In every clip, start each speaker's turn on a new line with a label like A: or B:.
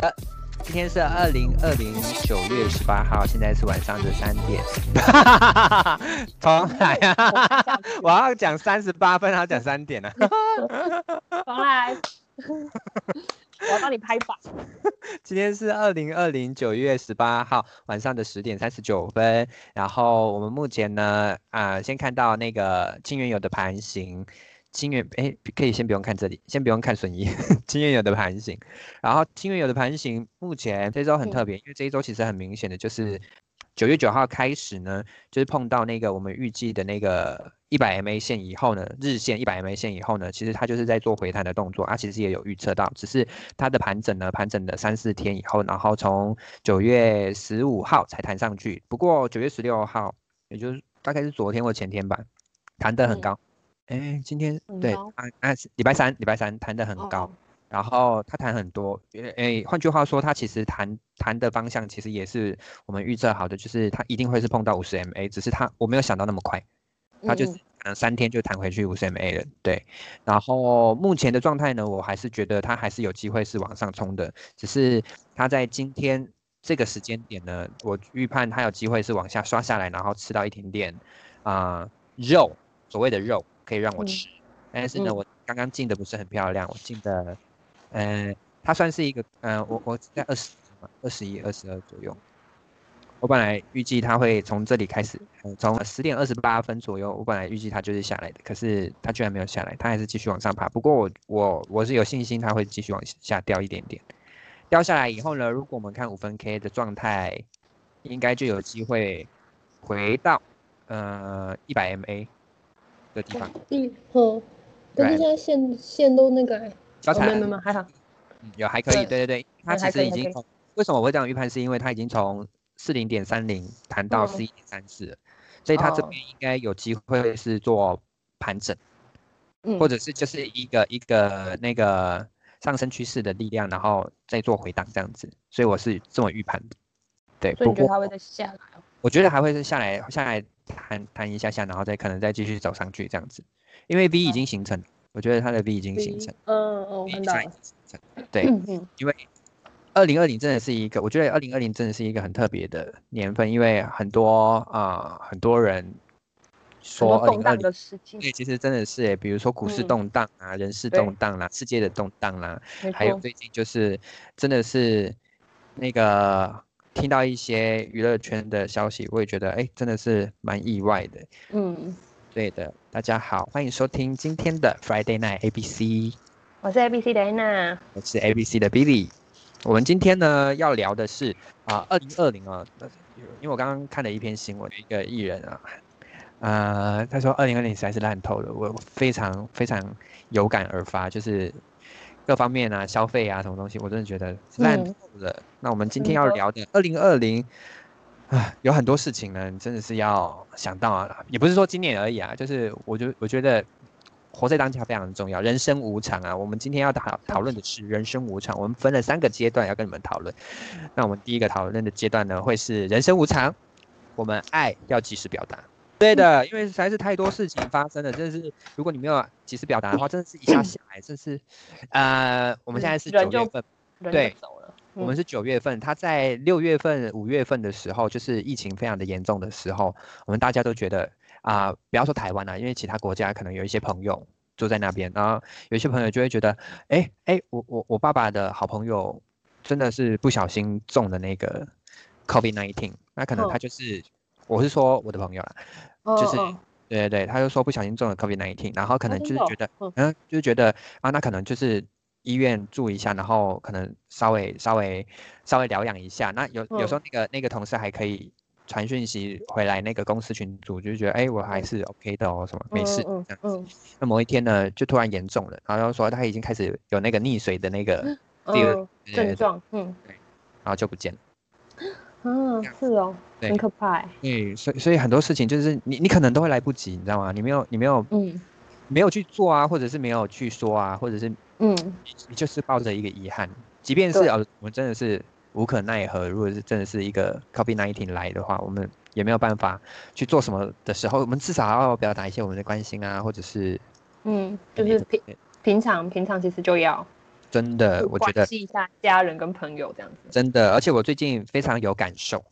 A: 呃，今天是二零二零九月十八号，现在是晚上的三点。重来啊！我要讲三十八分，还要讲三点呢、啊。
B: 重来， 我要帮你拍板。
A: 今天是二零二零九月十八号晚上的十点三十九分。然后我们目前呢，啊、呃，先看到那个金元友的盘形。金元哎，可以先不用看这里，先不用看损益， 金元有的盘形，然后金元有的盘形，目前这周很特别，因为这一周其实很明显的就是九月九号开始呢，就是碰到那个我们预计的那个一百 MA 线以后呢，日线一百 MA 线以后呢，其实它就是在做回弹的动作，它、啊、其实也有预测到，只是它的盘整呢，盘整了三四天以后，然后从九月十五号才弹上去，不过九月十六号，也就是大概是昨天或前天吧，弹得很高。嗯哎，今天对啊啊，礼拜三，礼拜三弹的很高，哦、然后他弹很多，哎，换句话说，他其实弹弹的方向其实也是我们预测好的，就是他一定会是碰到五十 MA，只是他我没有想到那么快，他就是嗯三天就弹回去五十 MA 了，对。然后目前的状态呢，我还是觉得他还是有机会是往上冲的，只是他在今天这个时间点呢，我预判他有机会是往下刷下来，然后吃到一点点啊、呃、肉，所谓的肉。可以让我吃，但是呢，我刚刚进的不是很漂亮，我进的，嗯、呃，它算是一个，嗯、呃，我我在二十二十一、二十二左右。我本来预计它会从这里开始，呃从十点二十八分左右，我本来预计它就是下来的，可是它居然没有下来，它还是继续往上爬。不过我我我是有信心它会继续往下掉一点点，掉下来以后呢，如果我们看五分 K 的状态，应该就有机会回到呃一百 MA。的地方，
C: 嗯，哦，但是现在线线都那个、欸，
A: 交
C: 哦，
A: 叉
C: 没有没有还好，
A: 嗯，有还可以，对对对，它其实已经从为什么我会这样预判，是因为它已经从四零点三零谈到四一点三四，所以它这边应该有机会是做盘整，
C: 嗯，
A: 或者是就是一个一个那个上升趋势的力量，然后再做回档这样子，所以我是这么预判的，对，
B: 所以
A: 不
B: 你觉得
A: 过
B: 它会再下来哦？
A: 我觉得还会是下来下来弹弹一下下，然后再可能再继续走上去这样子，因为 V 已经形成，我觉得它的 V 已经形成，
C: 嗯嗯，我
A: V
C: 看到
A: 上已
C: 了
A: 经，形成，对，
C: 嗯嗯，
A: 因为二零二零真的是一个，我觉得二零二零真的是一个很特别的年份，因为很多啊、呃很多人
B: 什
A: 说
B: 么
A: 二
B: 动
A: 零二
B: 荡
A: 零。
B: 的事情？
A: 对，其实真的是耶，比如说股市
B: 嗯
A: 动荡啊，人事
B: 对
A: 动荡啦、世界的动荡啦、
B: 没
A: 还有
B: 错，
A: 最近就是真的是那个听到一些娱乐圈的消息，我也觉得哎，真的是蛮意外的。
C: 嗯，
A: 对的，大家好，欢迎收听今天的 Friday Night ABC，
C: 哦
B: 我是 ABC 的 Anna，
A: 我是 ABC 的 Billy。我们今天呢要聊的是啊，二零二零啊，呃因为我刚刚看了一篇新闻，一个艺人啊，呃，他说二零二零实在是烂透了，我我非常非常有感而发，就是各方面啊，消费啊，什么东西，我真的觉得烂透了。那我们今天要
C: 没错
A: 聊的二零二零啊，有很多事情呢，你真的是要想到啊，也不是说今年而已啊，就是我觉我觉得。活在当下非常重要，人生无常啊！我们今天要讨讨论的是人生无常，我们分了三个阶段要跟你们讨论。那我们第一个讨论的阶段呢，会是人生无常，我们爱要及时表达。对的，因为实在是太多事情发生了，真的是如果你没有及时表达的话，真的是一下下来，真是，呃，我们现在是
B: 人
A: 九月
B: 就
A: 份，对
B: 人就走了。
C: 嗯
A: 我们是九月份，他在六月份、五月份的时候，就是疫情非常的严重的时候，我们大家都觉得啊、不要说台湾啦、因为其他国家可能有一些朋友住在那边，然后有一些朋友就会觉得，哎哎，我我我爸爸的好朋友真的是不小心中了那个 COVID nineteen，那可能
C: 哦
A: 他就是，我是说我的朋友啦，
C: 哦
A: 就是
C: 哦
A: 对对对，他就说不小心中了 COVID nineteen，然后可
C: 啊
A: 能就
C: 真
A: 是
C: 的哦
A: 觉得，
C: 嗯
A: 嗯，就是觉得啊，那可能就是医院住一下，然后可能稍微稍微稍微疗养一下。那有有时候那个那个同事还可以传讯息回来那个公司群组，就是觉得哎，我还
C: 嗯
A: 是 OK 的哦，什么没事这
C: 嗯
A: 样。
C: 嗯
A: 那某一天呢，就突然严重了，然后说他已经开始有那个溺水的那个，第二
C: 嗯
A: 对对
B: 症
A: 对
B: 状，嗯，
A: 然后就不见了。
C: 嗯，啊，是哦，
A: 对
B: 很可怕欸。
A: 对，所以所以很多事情就是你你可能都会来不及，你知道吗？你没有你没有
C: 嗯
A: 没有去做啊，或者是没有去说啊，或者是
C: 嗯，
A: 你就是抱着一个遗憾，即便是
B: 对
A: 呃，我们真的是无可奈何。如果是真的是一个 COVID nineteen 来的话，我们也没有办法去做什么的时候，我们至少要表达一些我们的关心啊，或者是
B: 嗯，就是平平常平常其实就要，
A: 真的，呃我觉得
B: 关系一下家人跟朋友这样子。
A: 真的，而且我最近非常有感受。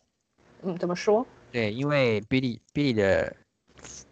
B: 嗯，怎么说？
A: 对，因为 Billy Billy 的父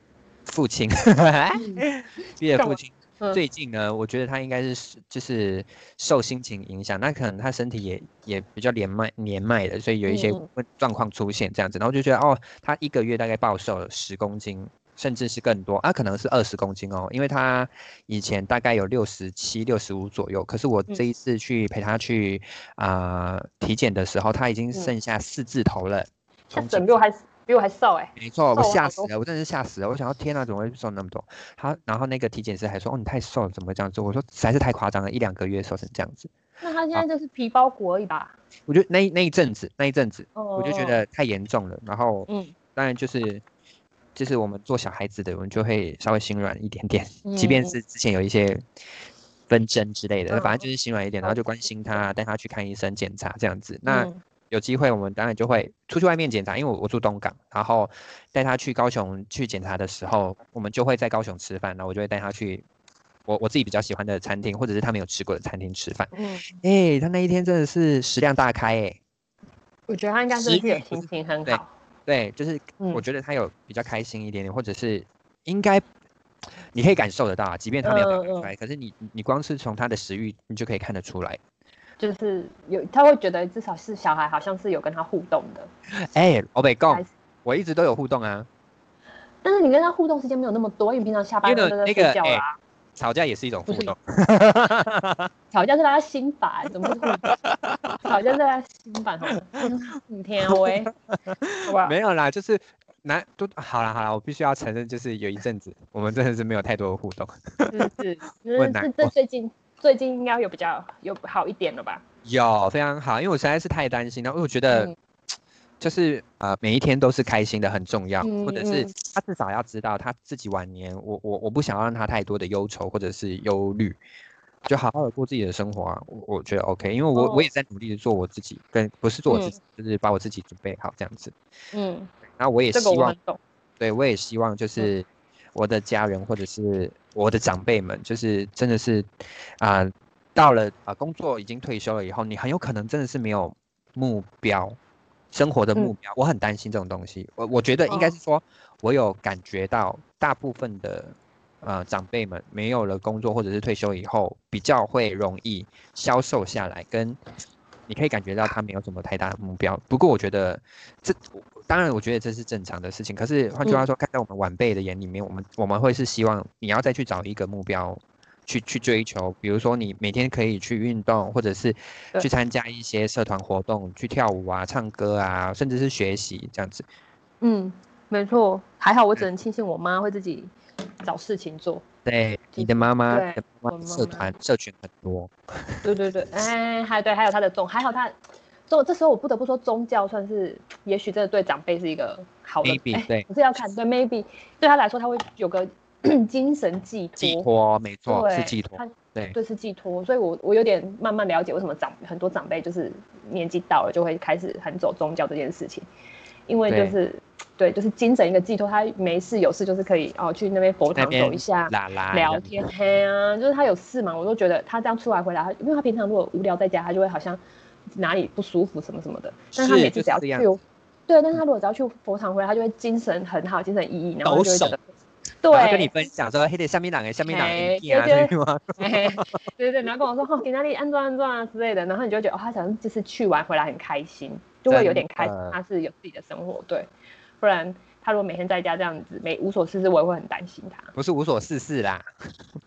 A: 父亲
B: 哎
A: 嗯，Billy 的
B: 干
A: 父
B: 嘛
A: 亲
B: 嗯
A: 最近呢，我觉得他应该是是就是受心情影响，那可能他身体也也比较年迈年迈的，所以有一些
B: 嗯
A: 问状况出现这样子，然后就觉得哦，他一个月大概暴瘦了十公斤，甚至是更多，啊，可能是二十公斤哦，因为他以前大概有六十七、六十五左右，可是我
B: 嗯
A: 这一次去陪他去啊、体检的时候，他已经
B: 嗯
A: 剩下四字头了，
B: 吓
A: 公
B: 死人，
A: 斤
B: 比我还比我还瘦哎、
A: 没错，我
B: 瘦
A: 吓
B: 好
A: 死
B: 多
A: 了，我真的是吓死了。我想要天哪，怎么会瘦那么多？他然后那个体检师还说，哦，你太瘦了，怎么会这样做？我说实在是太夸张了，一两个月瘦成这样子。
B: 那他现在就是皮包骨而已吧？
A: 我觉得那一那一阵子，那一阵子，
B: 哦，
A: 我就觉得太严重了。然后
B: 嗯，
A: 当然就是就是我们做小孩子的，我们就会稍微心软一点点，
B: 嗯，
A: 即便
B: 嗯
A: 是之前有一些纷争之类的，反正就是心软一点，然后
B: 了
A: 就关
B: 解
A: 心他，带他去看医生检查这样子。那
B: 嗯
A: 有机会，我们当然就会出去外面检查，因为我我住东港，然后带他去高雄去检查的时候，我们就会在高雄吃饭，然后我就会带他去我我自己比较喜欢的餐厅，或者是他没有吃过的餐厅吃饭。
B: 嗯，
A: 哎、他那一天真的是食量大开哎、
B: 我觉得他应该真的
A: 食
B: 是
A: 欲
B: 有
A: 不是
B: 心情很
A: 对
B: 好。
A: 对，就是我
B: 嗯
A: 觉得他有比较开心一点点，或者是应该你可以感受得到啊，即便他没有表
B: 嗯嗯
A: 达
B: 嗯
A: 出来，可是你你光是从他的食欲，你就可以看得出来。
B: 就是有他会觉得至少是小孩好像是有跟他互动的，
A: 哎、欧北
B: 还
A: 贡
B: 是，
A: 我一直都有互动啊，
B: 但是你跟他互动时间没有那么多，因为平常下班
A: 因为
B: 都在
A: 那
B: 睡
A: 个
B: 觉啊
A: 哎
B: 啦。
A: 吵架也是一种互
B: 不是
A: 动。哎
B: 吵架是他的新版，怎么会互动？ 吵架是他的新版，好吗？你天啊 喂，好吧，
A: 没有啦，就是男都好啦好啦，我必须要承认，就是有一阵子我们真的是没有太多的互动。
B: 是是
A: 我很
B: 是
A: 难
B: 是，
A: 过
B: 这最近最近应该有比较有好一点了吧？
A: 有非常好，因为我实在是太担心了，因为我觉得、
B: 嗯
A: 就是呃每一天都是开心的很重要，或者是
B: 嗯嗯
A: 他至少要知道他自己晚年，我我我不想要让他太多的忧愁或者是忧虑，就好好的过自己的生活啊，我我觉得 OK，因为
B: 哦
A: 我、我也在努力的做我自己，跟不是做我自己，就是把我自己准备好这样子。
B: 嗯，
A: 然后我也
B: 这个
A: 希
B: 我
A: 望
B: 很懂。
A: 对，我也希望就是我的家人或者是我的长辈们，就是真的是啊、到了啊、工作已经退休了以后，你很有可能真的是没有目标，生活的目标。我很担心这种东西。我我觉得应该
B: 哦
A: 是说，我有感觉到大部分的呃长辈们没有了工作或者是退休以后，比较会容易消瘦下来，跟你可以感觉到他没有什么太大的目标。不过我觉得这当然，我觉得这是正常的事情。可是换句
B: 嗯
A: 话说，看在我们晚辈的眼里面，我们我们会是希望你要再去找一个目标。去去追求，比如说你每天可以去运动，或者是
B: 对
A: 去参加一些社团活动，去跳舞啊、唱歌啊，甚至是学习这样子。
B: 嗯，没错，还好我只能庆幸我妈会自己找事情做。
A: 对，你
B: 就
A: 的妈妈，你
B: 对
A: 的妈妈的
B: 我妈
A: 社
B: 妈
A: 团社群很多，
B: 对对对，哎，还对，还有他的宗，还好他宗，这时候我不得不说，宗教算是，也许真的对长辈是一个好的
A: Maybe，
B: 哎
A: 对
B: 可是要看对 maybe 对他来说，他会有个 精神寄
A: 寄
B: 托，
A: 托没错，哦是
B: 对
A: 寄托
B: 他，
A: 对
B: 对是寄托，所以我我有点慢慢了解为什么长很多长辈就是年纪到了就会开始很走宗教这件事情，因为
A: 对
B: 就是对就是精神一个寄托，他没事有事就是可以哦去那边佛
A: 那
B: 堂
A: 边
B: 走一下，
A: 啦啦
B: 聊天，嘿啊，就是他有事嘛，我都觉得他这样出来回来，他因为他平常如果无聊在家，他就会好像哪里不舒服什么什么的，但他
A: 是
B: 每
A: 就
B: 次
A: 是
B: 只要
A: 这
B: 去
A: 样，
B: 对，但是他如果只要去佛堂回来，他就会精神很好，精神奕奕，然
A: 抖
B: 后他就会觉得，
A: 然后跟你
B: 对，
A: 分享说，嘿，对，下面哪个下面哪
B: 哎
A: 个影片啊，
B: 就
A: 对
B: 觉
A: 吗？
B: 嘿嘿 对对，然后跟我说哦，给那里安装安装啊之类的，然后你就会觉得哦，他好像这次去玩回来很开心，就会有点开心
A: 真的，
B: 他是有自己的生活，对，不然他如果每天在家这样子没无所事事，我也会很担心他。
A: 不是无所事事啦，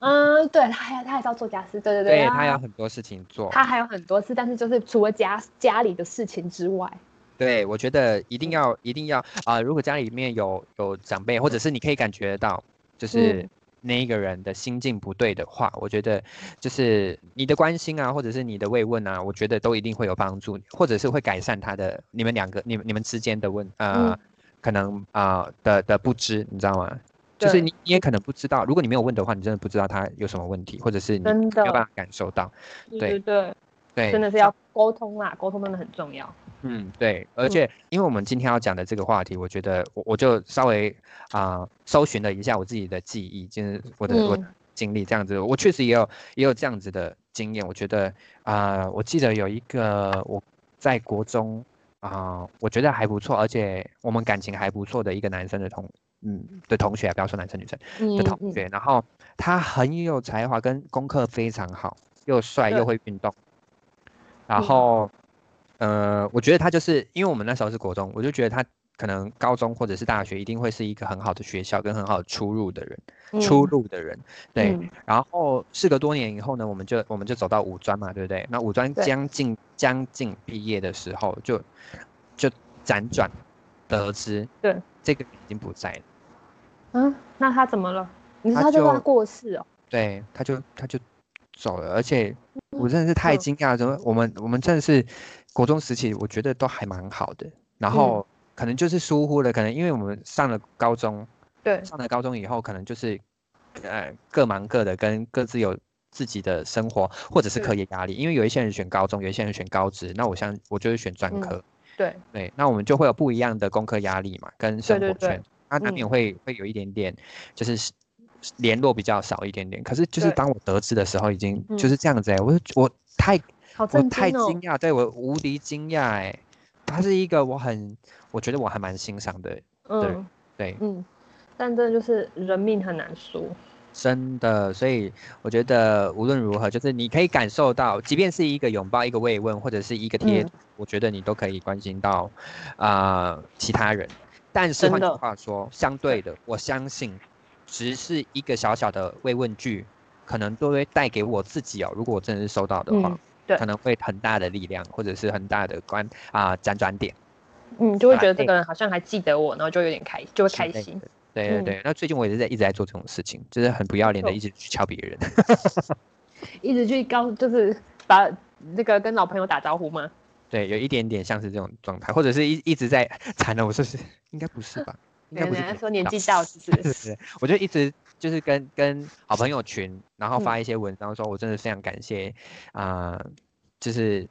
B: 嗯，对，他还他还是要做家事，对对
A: 对
B: 对
A: 他有很多事情做，
B: 他还有很多事，但是就是除了家家里的事情之外，
A: 对我觉得一定
B: 嗯
A: 要一定要啊、如果家里面有有长辈，或者是你可以感觉得到，就是
B: 嗯
A: 那一个人的心境不对的话，我觉得就是你的关心啊，或者是你的慰问啊，我觉得都一定会有帮助，或者是会改善他的你们两个你们你们之间的问呃、
B: 嗯
A: 可能啊、的的不知，你知道吗？就是
B: 对
A: 你你也可能不知道，如果你没有问的话，你真的不知道他有什么问题，或者是你没
B: 真
A: 有办
B: 的，
A: 法感受到。
B: 对
A: 对哎
B: 对对，
A: 对，
B: 真的是要沟通啦，沟通真的很重要。
A: 嗯，对，而
B: 嗯
A: 且因为我们今天要讲的这个话题，我觉得我我就稍微啊、搜寻了一下我自己的记忆，就是我的、我的
B: 嗯
A: 经历这样子，我确实也有也有这样子的经验，我觉得啊、呃我记得有一个我在国中啊、我觉得还不错，而且我们感情还不错的一个男生的同嗯的同学，不要说男生女生
C: 嗯
A: 的同
C: 嗯
A: 学，然后他很有才华，跟功课非常好，又帅又
B: 对
A: 会运动，然
C: 嗯
A: 后呃，我觉得他就是因为我们那时候是国中，我就觉得他。可能高中或者是大学一定会是一个很好的学校跟很好的出入的人，出
C: 嗯
A: 路的人，对，
C: 嗯
A: 然后事隔多年以后呢，我们就我们就走到五专嘛，对不对？那五专
C: 对
A: 将近将近毕业的时候就，就辗转得知，
B: 对，
A: 这个已经不在了。
B: 嗯，那他怎么了？你说
A: 他
B: 他就
A: 就
B: 他过世哦？
A: 对，他就他就走了，而且我真的是太
B: 嗯
A: 惊讶了，怎么我们我们真的是国中时期，我觉得都还蛮好的，然
B: 嗯
A: 后可能就是疏忽了，可能因为我们上了高中，
B: 对，
A: 上了高中以后，可能就是呃各忙各的，跟各自有自己的生活或者是
B: 对
A: 课业压力。因为有一些人选高中，有一些人选高职，那我像我就是选专
B: 嗯
A: 科，
B: 对，
A: 对，那我们就会有不一样的功课压力嘛，跟生
B: 对
A: 活
B: 对
A: 圈，那难免
B: 嗯
A: 会会有一点点就是是。联络比较少一点点，可是就是
B: 对
A: 当我得知的时候，已经
B: 嗯
A: 就是这样子哎、我就我太
B: 好
A: 我
B: 震
A: 太
B: 惊哦
A: 惊！讶，对我无敌惊讶哎、他是一个我很我觉得我还蛮欣赏的，对
B: 嗯
A: 对，
B: 嗯，但这就是人命很难说。
A: 真的，所以我觉得无论如何，就是你可以感受到，即便是一个拥抱、一个慰问，或者是一个贴
B: 嗯
A: 图，我觉得你都可以关心到啊、呃其他人。但是
B: 真
A: 换句
B: 的
A: 话说，相对的，我相信，只是一个小小的慰问句，可能都会带给我自己哦。如果我真的是收到的话，
B: 嗯对
A: 可能会很大的力量，或者是很大的关啊、辗转点。
B: 嗯，就会
A: 好啦
B: 觉得这
A: 哎
B: 个人好像还记得我，然后就有点开，就会开
A: 之类
B: 心。
A: 的。对对
B: 嗯
A: 对，那最近我也是在一直在做这种事情，就是很不要脸的，
B: 错
A: 一直去敲别人。
B: 一直去告，就是把那个跟老朋友打招呼吗？
A: 对，有一点点像是这种状态，或者是一一直在惨了，我是不是应该不是吧？应该
B: 人
A: 不是
B: 家
A: 年
B: 说
A: 纪
B: 年
A: 大
B: 纪大，是不
A: 对
B: 是？
A: 对对，我就一直就是跟跟好朋友群，然后
B: 嗯
A: 发一些文章，说我真的非常感谢啊、就是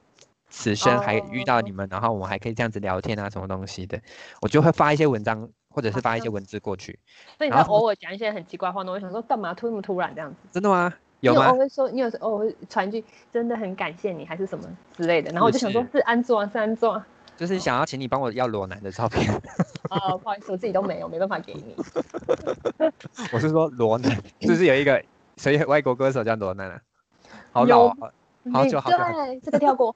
A: 此生还遇到
B: 哦
A: 你们，然后我们还可以这样子聊天啊，什么东西的，我就会发一些文章，或者是
B: 好
A: 发一
B: 像
A: 些文字过去。
B: 所以你
A: 然
B: 知道
A: 后
B: 偶尔讲一些很奇怪的话呢，我就想说干嘛突那么突然这样子？
A: 真的吗？
B: 你
A: 有
B: 偶
A: 吗？
B: 尔会说，你有时候偶尔会传一句真的很感谢你，还是什么之类的。然后我就想说
A: 是，
B: 是安坐啊，是安坐啊。
A: 就是想要请你帮我要裸男的照片，
B: 啊，不好意思，我自己都没有，没办法给你。
A: 我是说裸男， 就是有一个谁外国歌手叫裸男啊，好
B: 有
A: 老啊、好久
B: 你
A: 好久
B: 对，这个跳过。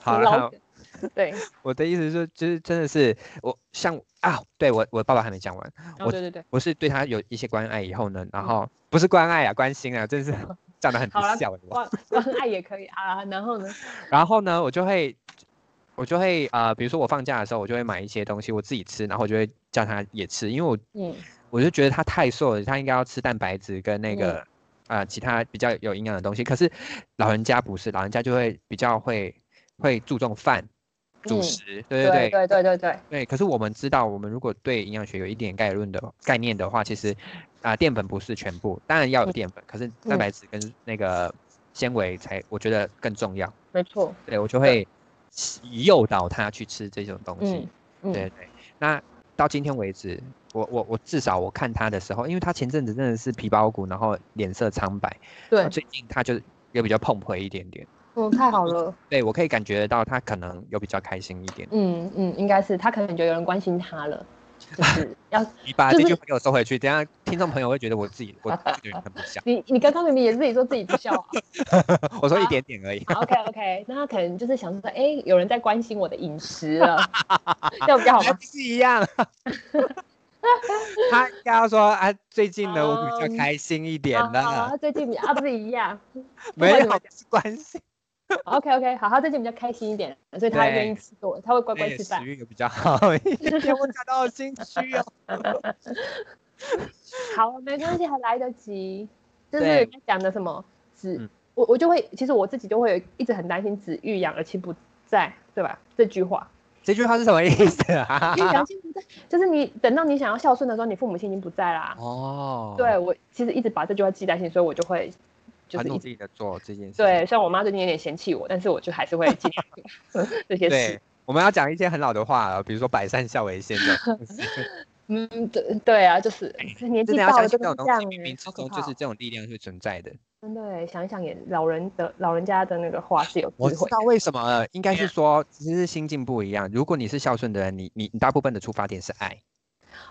A: 好了，
B: 老
A: 好
B: 梗 对，
A: 我的意思是，就是真的是我像啊，对我我爸爸还没讲完，
B: 哦
A: 我
B: 对对对，
A: 我是对他有一些关爱以后呢，然
B: 嗯
A: 后不是关爱啊，关心啊，真是 讲的很不
B: 好啦
A: 孝的我。
B: 关关爱也可以啊。然后呢，
A: 然后呢，我就会我就会啊、呃比如说我放假的时候，我就会买一些东西我自己吃，然后我就会叫他也吃，因为我
B: 嗯，
A: 我就觉得他太瘦了，他应该要吃蛋白质跟那
B: 嗯
A: 个啊、呃其他比较有营养的东西。可是老人家不是，老人家就会比较会会注重饭。主
B: 嗯
A: 食，对对
B: 对对对对对，
A: 对，可是我们知道，我们如果对营养学有一点概论的概念的话，其实啊、淀粉不是全部，当然要有
B: 嗯
A: 淀粉，可是蛋
B: 嗯
A: 白质跟那个纤维才我觉得更重要。
B: 没错。
A: 对我就
B: 对
A: 会诱导他去吃这种东西。
B: 嗯嗯，
A: 对对，那到今天为止，我我我至少我看他的时候，因为他前阵子真的是皮包骨，然后脸色苍白，
B: 对
A: 那，最近他就又比较碰回一点点。
B: 嗯，太好了。
A: 对我可以感觉到他可能有比较开心一点。
B: 嗯嗯，应该是他可能觉得有人关心他了，就是 要
A: 你把
B: 就
A: 这句
B: 是。
A: 话给我收回去，等一下听众朋友会觉得我自己我这个人很不孝
B: 你你刚刚明明也自己说自己不笑啊。
A: 我说一
B: 好
A: 点点而已。
B: 好 OK OK，那他可能就是想说，哎、有人在关心我的饮食了，这样比较 好
A: 还
B: 吗
A: 不？是一样。他应该要说啊，最近呢，我比较
B: 嗯
A: 开心一 点
B: 好好好，
A: 了，
B: 他最近比较啊不是一样
A: 没
B: 管
A: 有
B: 你们
A: 是关心，
B: ，OK OK，好，他最近比较开心一点，所以他
A: 对
B: 愿意吃多，他会乖乖
A: 对
B: 吃
A: 食
B: 饭。
A: 欲也比较好一 点。我讲到心虚哦。
B: 好，没关系，还来得及。就是
A: 对
B: 他讲的什么子，
A: 嗯
B: 我我就会，其实我自己就会一直很担心“子欲养而亲不在”，对吧？这句话。
A: 这句话是什么意思啊
B: 因？为良心不在，就是你等到你想要孝顺的时候，你父母亲已经不在啦。
A: 哦，
B: 对，我其实一直把这句话记在心，所以我就会就
A: 很
B: 是
A: 努
B: 一直
A: 力的做这件事。
B: 对。虽然我妈最近有点嫌弃我，但是我就还是会尽量这些事
A: 对。，我们要讲一些很老的话了，比如说“百善孝为先”这种东西。
B: 嗯，对对啊，就是年
A: 真
B: 纪
A: 的要
B: 到
A: 相
B: 了
A: 信
B: 真
A: 这种
B: 的是这
A: 东
B: 样
A: 西，冥
B: 哎
A: 冥之
B: 可
A: 中
B: 怕
A: 就是这种力量是存在的。
B: 真的哎，想一想也老人的老人家的那个话是有啊
A: 我
B: 智
A: 知
B: 慧，
A: 道为什么了，应该是说，其实心境不一样。如果你是孝顺的人，你你你大部分的出发点是爱。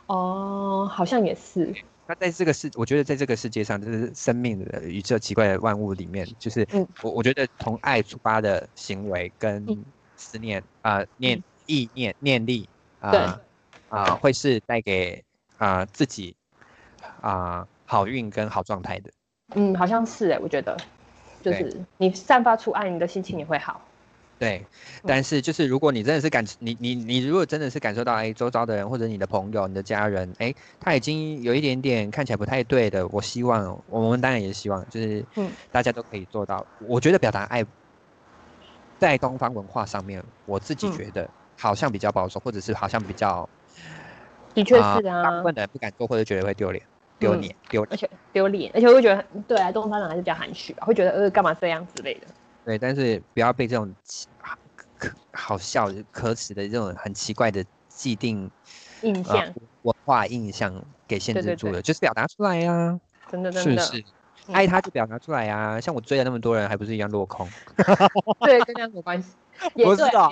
B: 哦，好像也是，
A: 那在这个世，我觉得在这个世界上，就是生命的宇宙奇怪的万物里面，就是、
B: 嗯
A: 我我觉得从爱出发的行为跟
B: 嗯
A: 思念啊、呃念意念念力啊
B: 对
A: 啊、会是带给啊、自己啊、好运跟好状态的。
B: 嗯，好像是哎，我觉得就
A: 对
B: 是你散发出爱，你的心情也会好，
A: 对，
B: 嗯
A: 但是就是如果你真的是感，你你你如果真的是感受到，哎，周遭的人或者你的朋友、你的家人，哎，他已经有一点点看起来不太对的，我希望我们当然也希望，就是
B: 嗯
A: 大家都可以做到。我觉得表达爱，在东方文化上面，我自己
B: 嗯
A: 觉得好像比较保守，或者是好像比较
B: 的确
A: 啊
B: 是的
A: 大
B: 啊
A: 部，分的人不敢做，或者觉得会丢脸、丢
B: 嗯
A: 脸、丢脸。
B: 而且丢脸，而且我会觉得对啊，东方人还是比较含蓄吧，会觉得呃干嘛这样之类的，
A: 对，但是不要被这种奇啊可好笑、可耻的这种很奇怪的既定。
B: 印
A: 啊
B: 象，
A: 文化印象给限
B: 对
A: 制
B: 对
A: 住
B: 对
A: 了，就是表达出来呀、
B: 真的
A: 啊，
B: 真
A: 是不
B: 的，
A: 是？
B: 嗯
A: 爱他就表达出来呀、啊，像我追了那么多人，还不是一样落空？
B: 对，跟这样有 关系，也
A: 不
B: 对，
A: 是啊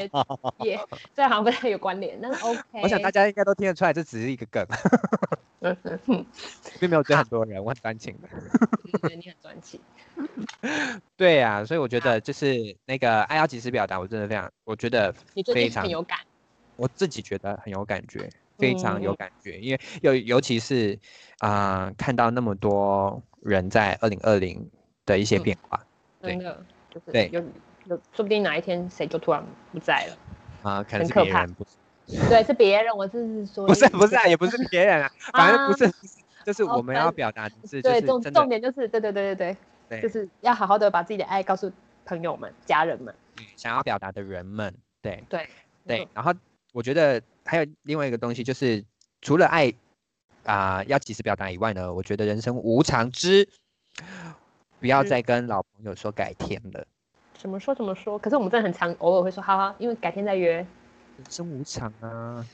B: 也也这好像不太有关联，但是 OK，
A: 我想大家应该都听得出来，这只是一个梗，
B: 嗯嗯嗯，
A: 并没有追很多人，我很专 情的。
B: 对你很专情，
A: 对呀、所以我觉得就是那个爱要及时表达，我真的非常，我觉得
B: 你最
A: 非
B: 近
A: 常
B: 很有感，
A: 我自己觉得很有感觉，非常有
B: 嗯
A: 感觉，因为尤尤其是啊、呃看到那么多人在二零二零的一些
B: 嗯
A: 变化。对
B: 真的就是
A: 对
B: 有有，说不定哪一天谁就突然不在了。
A: 啊、可能
B: 很
A: 是
B: 可
A: 别
B: 怕
A: 人不是
B: 对，是别人，我是是说
A: 不是
B: 一
A: 不是啊，也不是别人啊， 反正不
B: 啊
A: 是，不是就是
B: 哦
A: 我们
B: 反
A: 要
B: 正
A: 表达的是，就
B: 对
A: 是
B: 重
A: 真
B: 重
A: 的
B: 点就是对对对对对，
A: 对，
B: 就是要好好的把自己的爱告诉朋友们、家人们。嗯
A: 想要表达的人们，对
B: 对
A: 对。然后我觉得还有另外一个东西，就是除了爱啊、要及时表达以外呢，我觉得人生无常之，不要
B: 是
A: 再跟老朋友说改天了，
B: 怎么说怎么说？可是我们真的很常偶尔会说，好好，因为改天再约，
A: 人生无常啊，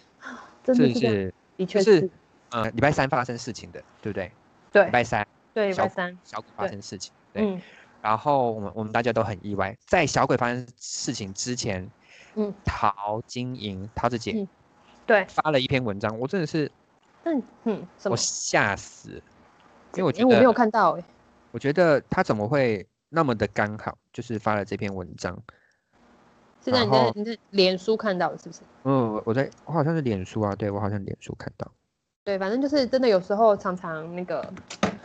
B: 真
A: 是
B: 的
A: 不
B: 是这样，
A: 是？
B: 的
A: 就
B: 确
A: 是
B: 是，
A: 呃，礼拜三发生事情的，对不对？
B: 对
A: 礼拜三
B: 对，礼
A: 小
B: 拜
A: 组
B: 三，
A: 小谷发
B: 对
A: 生事情，对。
B: 嗯，
A: 然后我们我们大家都很意外，在小鬼发生事情之前，
B: 嗯，
A: 陶晶莹桃子姐
B: 嗯对，
A: 发了一篇文章，我真的是
B: 但嗯，什
A: 我
B: 么？
A: 吓死了，因为我觉
B: 因为我没有
A: 得
B: 看到哎，
A: 我觉得她怎么会那么的刚好，就是发了这篇文章，
B: 是在
A: 然
B: 你
A: 后
B: 在你在脸书看到的，是不是？
A: 嗯，我我在我好像是脸书啊，对我好像脸书看到，
B: 对，反正就是真的，有时候常常那个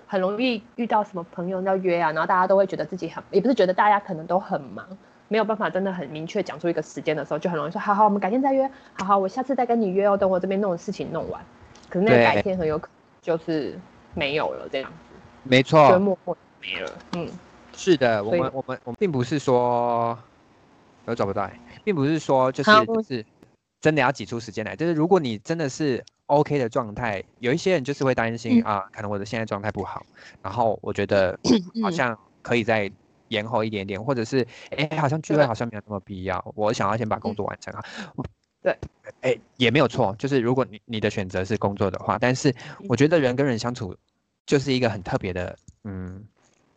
B: 很容易遇到什么朋友要约啊，然后大家都会觉得自己很，也不是觉得大家可能都很忙，没有办法真的很明确讲出一个时间的时候，就很容易说好好，我们改天再约，好好，我下次再跟你约哦，等我这边弄的事情弄完。可是那个
A: 对
B: 改天很有可能就是没有了，这样子
A: 没
B: 就
A: 错，
B: 默默地没了。嗯，
A: 是的，我
B: 所以
A: 们我们我们并不是说我找不到、欸，并不是说就是
B: 好
A: 就是真的要挤出时间来，就是如果你真的是 OK 的状态，有一些人就是会担
B: 嗯
A: 心、啊，可能我的现在状态不好，然后我觉得好
B: 嗯
A: 像可以再延后一点点，或者是哎、好像聚
B: 对
A: 会好像没有那么必要，我想要先把工
B: 嗯
A: 作完成好。
B: 对，
A: 哎、也没有错，就是如果你你的选择是工作的话，但是
B: 嗯
A: 我觉得人跟人相处就是一个很特别的，嗯，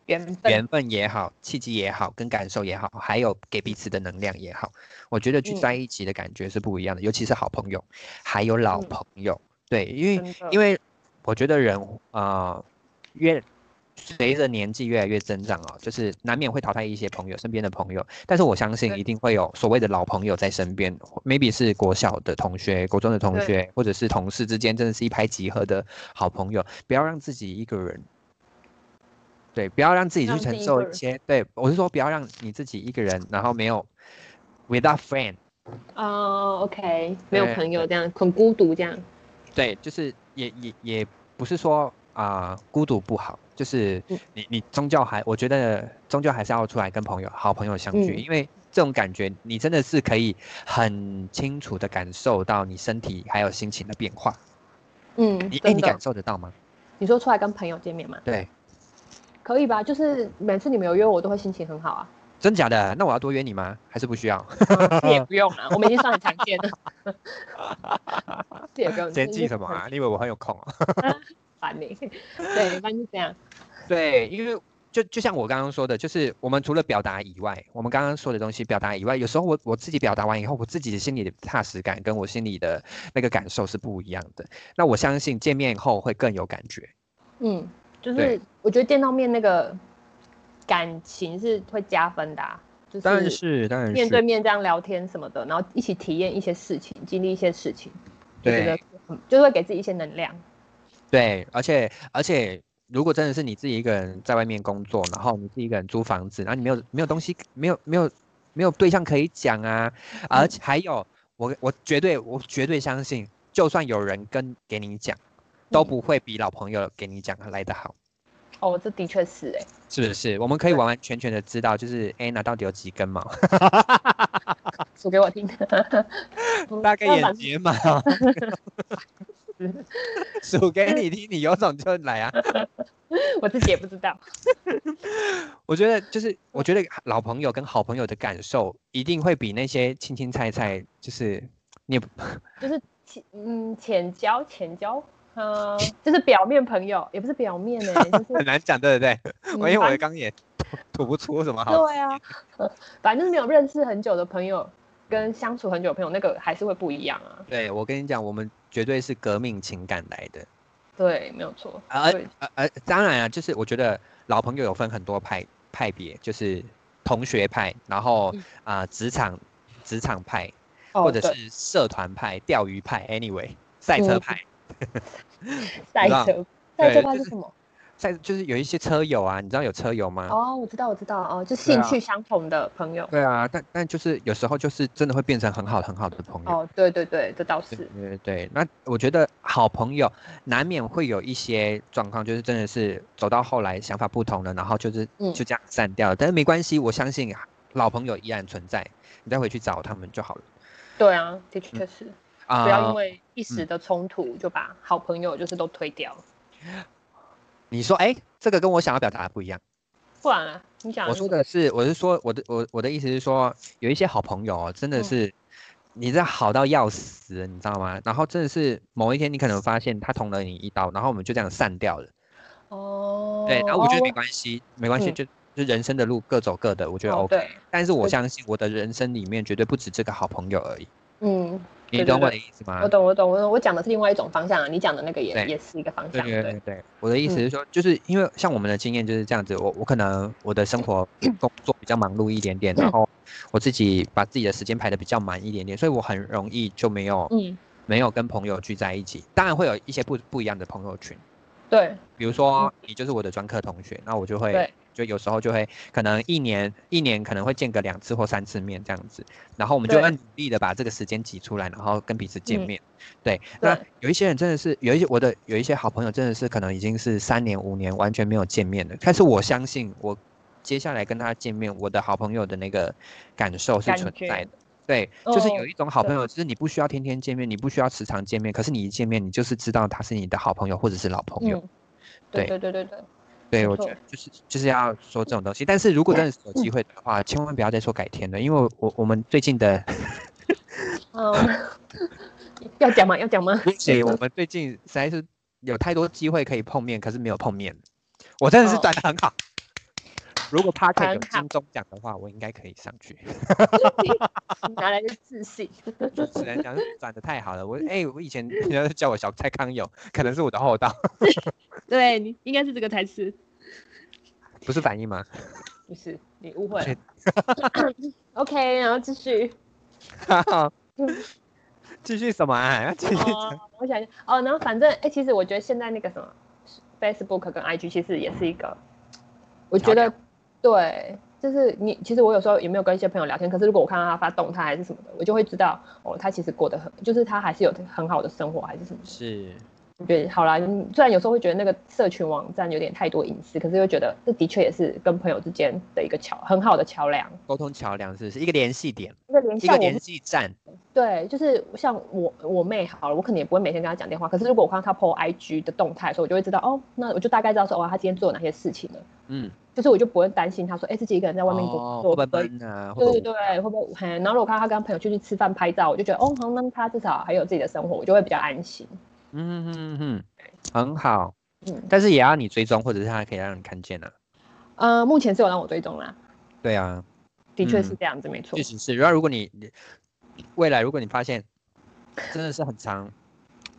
B: 缘分
A: 缘分也好，契机也好，跟感受也好，还有给彼此的能量也好，我觉得聚
B: 嗯
A: 在一起的感觉是不一样的，尤其是好朋友，还有老
B: 嗯
A: 朋友。对，因为
B: 真的
A: 因为我觉得人啊、呃越随着年纪越来越增长哦，就是难免会淘汰一些朋友，身边的朋友。但是我相信
B: 对
A: 一定会有所谓的老朋友在身边，maybe 是国小的同学、国中的同
B: 对
A: 学，或者是同事之间，真的是一拍即合的好朋友。不要让自己一个人，对，不要让自己去
B: 让自
A: 承
B: 己一
A: 受
B: 个
A: 一
B: 人
A: 些。对我是说，不要让你自己一个人，然后没有 without friend。
B: 哦 o k 没有
A: 对
B: 朋友这样很孤独这样，
A: 对，就是也也也不是说啊、孤独不好，就是
B: 嗯
A: 你你终究还，我觉得终究还是要出来跟朋友、好朋友相聚，
B: 嗯
A: 因为这种感觉你真的是可以很清楚的感受到你身体还有心情的变化。
B: 嗯，
A: 你哎，
B: 真
A: 你
B: 的
A: 感。受得到吗？
B: 你说出来跟朋友见面吗？
A: 对，
B: 可以吧？就是每次你们有约我，我都会心情很好啊。
A: 真假的？那我要多约你吗？还是不需要？
B: 这也不用了，我们已经算很常见 了。这也不用。
A: 今天记什么啊？你以为我很有空啊？
B: 烦你。对，反正就这样。
A: 对，因为就就像我刚刚说的，就是我们除了表达以外，我们刚刚说的东西表达以外，有时候我我自己表达完以后，我自己的心里的踏实感跟我心里的那个感受是不一样的。那我相信见面后会更有感觉。
B: 嗯，就
A: 对
B: 是我觉得见到面那个感情是会加分的、啊，就
A: 当然
B: 是
A: 是，当然是。
B: 面对面这样聊天什么的，然后一起体验一些事情，经历一些事情，就觉得
A: 对
B: 很就是会给自己一些能量。
A: 对，而且而且，如果真的是你自己一个人在外面工作，然后你自己一个人租房子，然后你没有没有东西，没有没有没有对象可以讲啊，而且还有，我我绝对我绝对相信，就算有人跟给你讲，都
B: 嗯
A: 不会比老朋友给你讲来得好。
B: 哦，这的确是哎、
A: 是不是？我们可以完完全全的知道，就是 Anna 到底有几根毛，
B: 数给我听。
A: 大概 眼
B: 反
A: 睫毛， 数给你听，你有种就来啊！
B: 我自己也不知道。
A: 我觉得就是，我觉得老朋友跟好朋友的感受一定会比那些青青菜菜，就是你也不
B: 浅嗯，浅交浅交，嗯、 就是表面朋友，也不是表面呢、就
A: 很
B: 是
A: 难讲，对不对？ 我因为
B: 嗯
A: 我刚也吐吐不出什么好。
B: 对啊，反正就是没有认识很久的朋友，跟相处很久的朋友，那个还是会不一样啊。
A: 对，我跟你讲，我们绝对是革命情感来的。
B: 对，没有错。
A: 而
B: 对
A: 呃呃，当然啊，就是我觉得老朋友有分很多派派别，就是同学派，然后
B: 嗯
A: 啊、呃职场职场派，
B: 哦
A: 或者
B: 对
A: 是社团派、钓鱼派，anyway，赛车
B: 嗯
A: 派，
B: 赛
A: 浪
B: 车，赛
A: 对
B: 车派
A: 就是
B: 是什么？
A: 赛就是有一些车友啊，你知道有车友吗？
B: 哦，我知道，我知道，哦，就
A: 对
B: 兴
A: 啊
B: 趣相同的朋友。
A: 对啊，但但就是有时候就是真的会变成很好很好的朋友。
B: 哦，对对对，这倒
A: 对
B: 是。
A: 对对，那我觉得好朋友难免会有一些状况，就是真的是走到后来想法不同了，然后就是
B: 嗯
A: 就这样散掉了。但是没关系，我相信老朋友依然存在，你再回去找他们就好了。
B: 对啊，的确是，
A: 啊、嗯
B: 不要因为一时的冲突就把好朋友就是都推掉，
A: 你说，哎，这个跟我想要表达的不一样。
B: 不然啊，你讲
A: 我说的是，我是说我的我我的意思是说，有一些好朋友哦，真的
B: 嗯
A: 是。你这好到要死，你知道吗？然后真的是某一天，你可能发现他捅了你一刀，然后我们就这样散掉了。
B: 哦，
A: 对，然后我觉得没
B: 哦
A: 关系，没关系，
B: 嗯
A: 就就人生的路各走各的，我觉得
B: 哦
A: OK。
B: 对
A: 但是我
B: 对
A: 相信我的人生里面绝对不止这个好朋友而已，
B: 嗯，
A: 你
B: 对对
A: 懂我的
B: 对
A: 意思吗
B: 我？懂，我懂，我懂。我讲的是另外一种方向啊，你讲的那个也
A: 啊对
B: 也是一个方
A: 对
B: 向，
A: 对
B: 对嗯
A: 对对，我的意思是说，就是因为像我们的经验就是这样子，我我可能我的生活工作比较忙碌一点点，然后我自己把自己的时间排的比较满一点点，所以我很容易就没有
B: 嗯，
A: 没有跟朋友聚在一起。当然会有一些不不一样的朋友群，
B: 对
A: 比如说你就是我的专科同学，那我就会
B: 嗯对
A: 就有时候就会可能一年一年可能会见个两次或三次面这样子，然后我们就
B: 对
A: 要努力的把这个时间挤出来，然后跟彼此见
B: 嗯
A: 面。对，那
B: 对
A: 有一些人真的是有一些我的有一些好朋友真的是可能已经是三年五年完全没有见面了，但是我相信我接下来跟他见面，我的好朋友的那个感受是
B: 感
A: 存
B: 觉
A: 在的。对，就是
B: 哦
A: 有一种好朋
B: 对
A: 友，就是你不需要天天见面，你不需要时常见面，可是你一见面，你就是知道他是你的好朋友或者是老朋友。
B: 嗯，对
A: 对
B: 对对对对，
A: 对，
B: 没
A: 我觉
B: 错
A: 得就是就是要说这种东西，但是如果真的是有机会的话，千万不要再说改天了，因为我我们最近的，
B: 嗯， 要讲吗？要讲吗？
A: 对，我们最近实在是有太多机会可以碰面，可是没有碰面。我真的是
B: 哦
A: 转的很好。如果 p a r k
B: 很
A: 有
B: 好
A: 金钟奖的话，我应该可以上 去。
B: 拿来的自信，
A: 就只能讲是转的太好了。我哎、我以前人家都叫我小蔡康永，可能是我的后道，
B: 对你应该是这个才是，
A: 不是反应吗？
B: 不是你误会
A: 确
B: 了。OK，然后嗯继续。
A: 继续什么啊？ 要继续
B: 哦，我想一下哦，然后反正哎、其实我觉得现在那个什么 Facebook 跟 IG 其实也是一个，我觉
A: 聊
B: 得对，就是你其实我有时候也没有跟一些朋友聊天，可是如果我看到他发动态还是什么的，我就会知道哦，他其实过得很，就是他还是有很好的生活还是什么的。
A: 是
B: 我觉得好啦，嗯虽然有时候会觉得那个社群网站有点太多隐私，可是又觉得这的确也是跟朋友之间的一个桥很好的桥梁。
A: 沟通桥梁，是不是一个联系点，
B: 那连
A: 一
B: 像
A: 个
B: 我们
A: 联系站？
B: 对，就是像我我妹好了，我肯定也不会每天跟她讲电话。可是如果我看到她 PO IG 的动态的时候，我就会知道哦，那我就大概知道说哦，她今天做了哪些事情了。
A: 嗯，
B: 就是我就不会担心他说，哎、自己一个人在外面工
A: 哦
B: 作，
A: 会不
B: 所
A: 会
B: 以
A: 闷啊？会不
B: 对对
A: 会
B: 对，会不会？嘿，然后如果看到他跟他朋友出去吃饭拍照，我就觉得哦，好，那他至少还有自己的生活，我就会比较安心。
A: 嗯嗯嗯嗯，很好，
B: 嗯，
A: 但是也要你追踪，或者是他可以让你看见啊。
B: 呃，目前是有让我追踪啦，
A: 对啊，
B: 的确
A: 嗯
B: 是这样子，没错
A: 确。实是。然后如果你你未来如果你发现真的是很长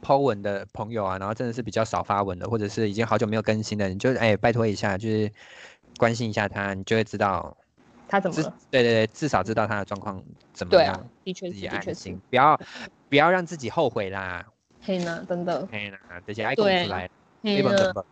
A: Po 文的朋友啊，然后真的是比较少发文的，或者是已经好久没有更新的，你就哎拜托一下，就是关心一下他，你就会知道
B: 他怎么
A: 至
B: 了？
A: 对对对，至少知道他的状况怎么
B: 对
A: 样，
B: 啊，的确
A: 自
B: 是，
A: 己
B: 的确
A: 安
B: 是
A: 心，，不要不要让自己后悔啦。
B: 嘿呢，真的，
A: 哎呀，这些爱哭出
B: 对哎
A: 来，
B: 嘿
A: 日本哦
B: 呢
A: 根。本。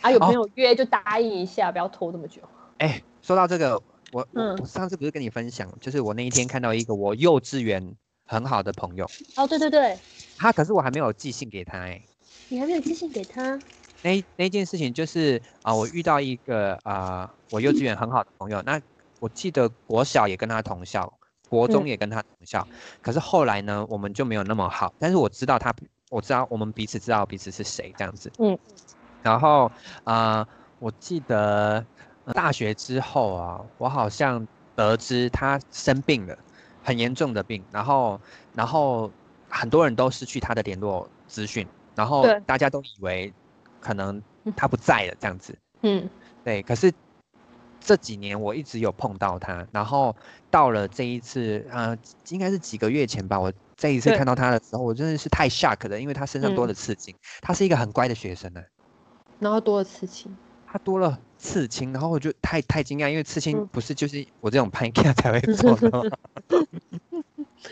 B: 啊，有
A: 好
B: 朋友约就答应一下，不要拖这么久。
A: 哎，说到这个，我我
B: 嗯
A: 我上次不是跟你分享，就是我那一天看到一个我幼稚园很好的朋友，
C: 哦，对对对，
A: 他可是我还没有寄信给他哎。
C: 你还没有寄信给他，
A: 那那件事情就是啊、我遇到一个啊、我幼稚园很好的朋友，那我记得国小也跟他同校，国中
B: 嗯
A: 也跟他同校，可是后来呢，我们就没有那么好，但是我知道他，我知道我们彼此知道彼此是谁这样子，
B: 嗯，
A: 然后啊、我记得呃大学之后啊，我好像得知他生病了，很严重的病，然后然后很多人都失去他的联络资讯，然后
B: 对
A: 大家都以为可能他不在了这样子，
B: 嗯，
A: 对，可是这几年我一直有碰到他，然后到了这一次，呃，应该是几个月前吧，我这一次
B: 对
A: 看到他的时候，我真的是太 shock 了，因为他身上多
B: 嗯
A: 了刺青，他是一个很乖的学生啊呢、
B: 然后多了刺青，
A: 他多了刺青，然后我就太太惊讶，因为刺青
B: 嗯
A: 不是就是我这种 p a n k 才会做的 吗？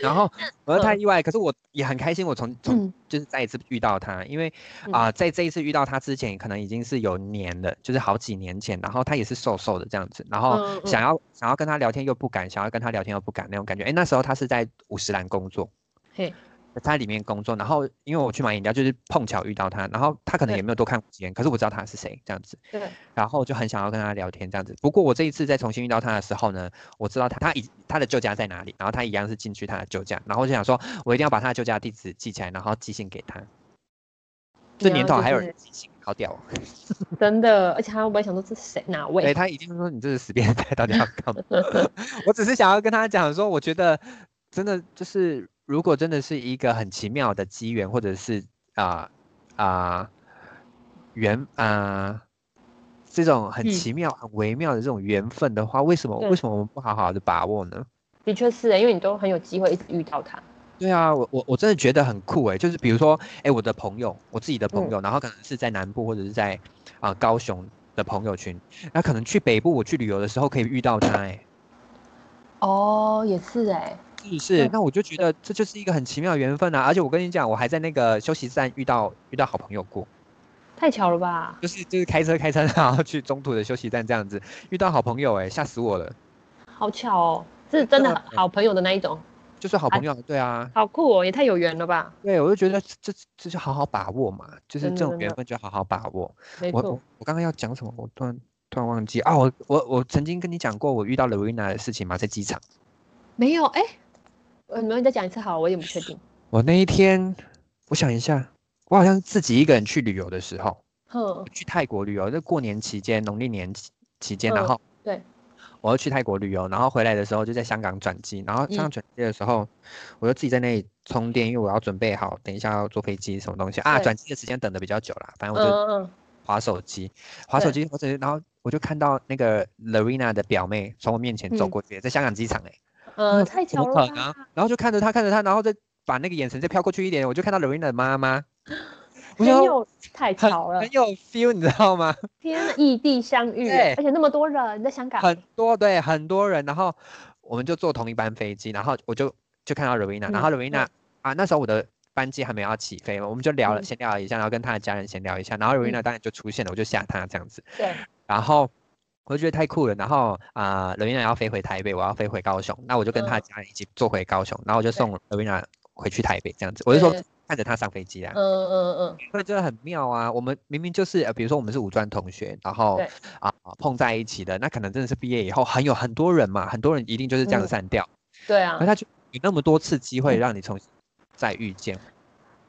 A: 然后我就太意外，可是我也很开心，我从从
B: 嗯
A: 就是再一次遇到他，因为
B: 嗯
A: 啊、在这一次遇到他之前，可能已经是有年了，就是好几年前，然后他也是瘦瘦的这样子，然后
B: 嗯嗯
A: 想要想要跟他聊天又不敢，想要跟他聊天又不敢那种感觉。哎，那时候他是在五十岚工作，
B: 嘿，
A: 他在里面工作，然后因为我去买饮料，就是碰巧遇到他，然后他可能
B: 对
A: 也没有多看几眼，可是我知道他是谁这样子。
B: 对，
A: 然后就很想要跟他聊天这样子。不过我这一次再重新遇到他的时候呢，我知道他他已他的旧家在哪里，然后他一样是进去他的旧家，然后我就想说我一定要把他的旧家地址记起来，然后寄信给他。这年
B: 然
A: 头
B: 后啊就
A: 还有
B: 是
A: 人寄信，好屌、哦！
B: 真的，而且他会不会想说这是谁哪
A: 对
B: 位？
A: 他已经说你这是死变态，到底要干嘛？ 我只是想要跟他讲说，我觉得真的就是，如果真的是一个很奇妙的机缘，或者是啊啊缘啊这种很
B: 嗯
A: 奇妙、很微妙的这种缘分的话，为什么
B: 对
A: 为什么我们不好好的把握呢？
B: 的确是，欸因为你都很有机会一直遇到他。
A: 对啊，我我我真的觉得很酷诶，就是比如说，诶，我的朋友，我自己的朋
B: 嗯
A: 友，然后可能是在南部或者是在啊、高雄的朋友群，那可能去北部我去旅游的时候可以遇到他欸诶。
B: 哦，也是哎、
A: 是不是
B: 嗯？
A: 那我就觉得这就是一个很奇妙的缘分啊！而且我跟你讲，我还在那个休息站遇到遇到好朋友过，
B: 太巧了吧？
A: 就是就是开车开车， 然后去中途的休息站这样子遇到好朋友、欸，吓死我了！
B: 好巧哦，是真的
A: 对
B: 好朋友的那一种，
A: 就是好
B: 啊
A: 朋友，对啊，
B: 好酷哦，也太有缘了吧？
A: 对，我就觉得这这这就好好把握嘛，就是
B: 真
A: 这种
B: 的真
A: 缘
B: 的
A: 分就好好把握。
B: 没
A: 我
B: 错
A: 我，我刚刚要讲什么？我突然突然忘记啊！我我我曾经跟你讲过我遇到 Louina 的事情嘛，在机场。
B: 没有哎，呃你们再讲一次好了，我有点不确定。
A: 我那一天，我想一下，我好像是自己一个人去旅游的时候，
B: 哼，
A: 去泰国旅游，就过年期间，农历年期期间，然
B: 嗯
A: 后
B: 对，
A: 我又去泰国旅游，然后回来的时候就在香港转机，然后
B: 嗯
A: 香港转机的时候，我就自己在那里充电，因为我要准备好，等一下要坐飞机什么东西啊。
B: 对
A: 转机的时间等的比较久啦，反正
B: 嗯
A: 我就
B: 嗯嗯，
A: 划手机，划手机，划手机，然后我就看到那个 Lorena 的表妹从我面前走
B: 嗯
A: 过去，在香港机场哎、
B: 呃，太
A: 怎么
B: 巧了
A: 可能啊
B: 吧？？
A: 然后就看着她，看着她，然后再把那个眼神再飘过去一点，我就看到 Lorena 的妈妈，我
B: 很
A: 想说
B: 有太
A: 很
B: 巧了
A: 很，有 feel，你知道吗？
B: 天呐，异地相遇
A: 对
B: 欸，而且那么多人在香港，
A: 很多对很多人，然后我们就坐同一班飞机，然后我就就看到 Rowena，然
B: 嗯
A: 后 Rowena、
B: 嗯
A: 啊，那时候我的班机还没有要起飞嘛，我们就聊了，
B: 嗯
A: 先聊了一下，然后跟他的家人闲聊一下，然后 Rowena 当然就出现了，我就吓他这样子，
B: 对，
A: 然后我就觉得太酷了，然后啊、r o w e n a 要飞回台北，我要飞回高雄，那我就跟
B: 嗯
A: 他的家人一起坐回高雄，然后我就送 Rowena 回去台北这样子，我就说
B: 对
A: 看着他上飞机啦啊
B: 嗯，嗯嗯，
A: 会觉得很妙啊！我们明明就是，呃、比如说我们是五专同学，然后
B: 对
A: 啊碰在一起的，那可能真的是毕业以后很有很多人嘛，很多人一定就是这样
B: 嗯
A: 散掉，
B: 对
A: 而
B: 啊，
A: 他就有那么多次机会
B: 嗯
A: 让你重新再遇见，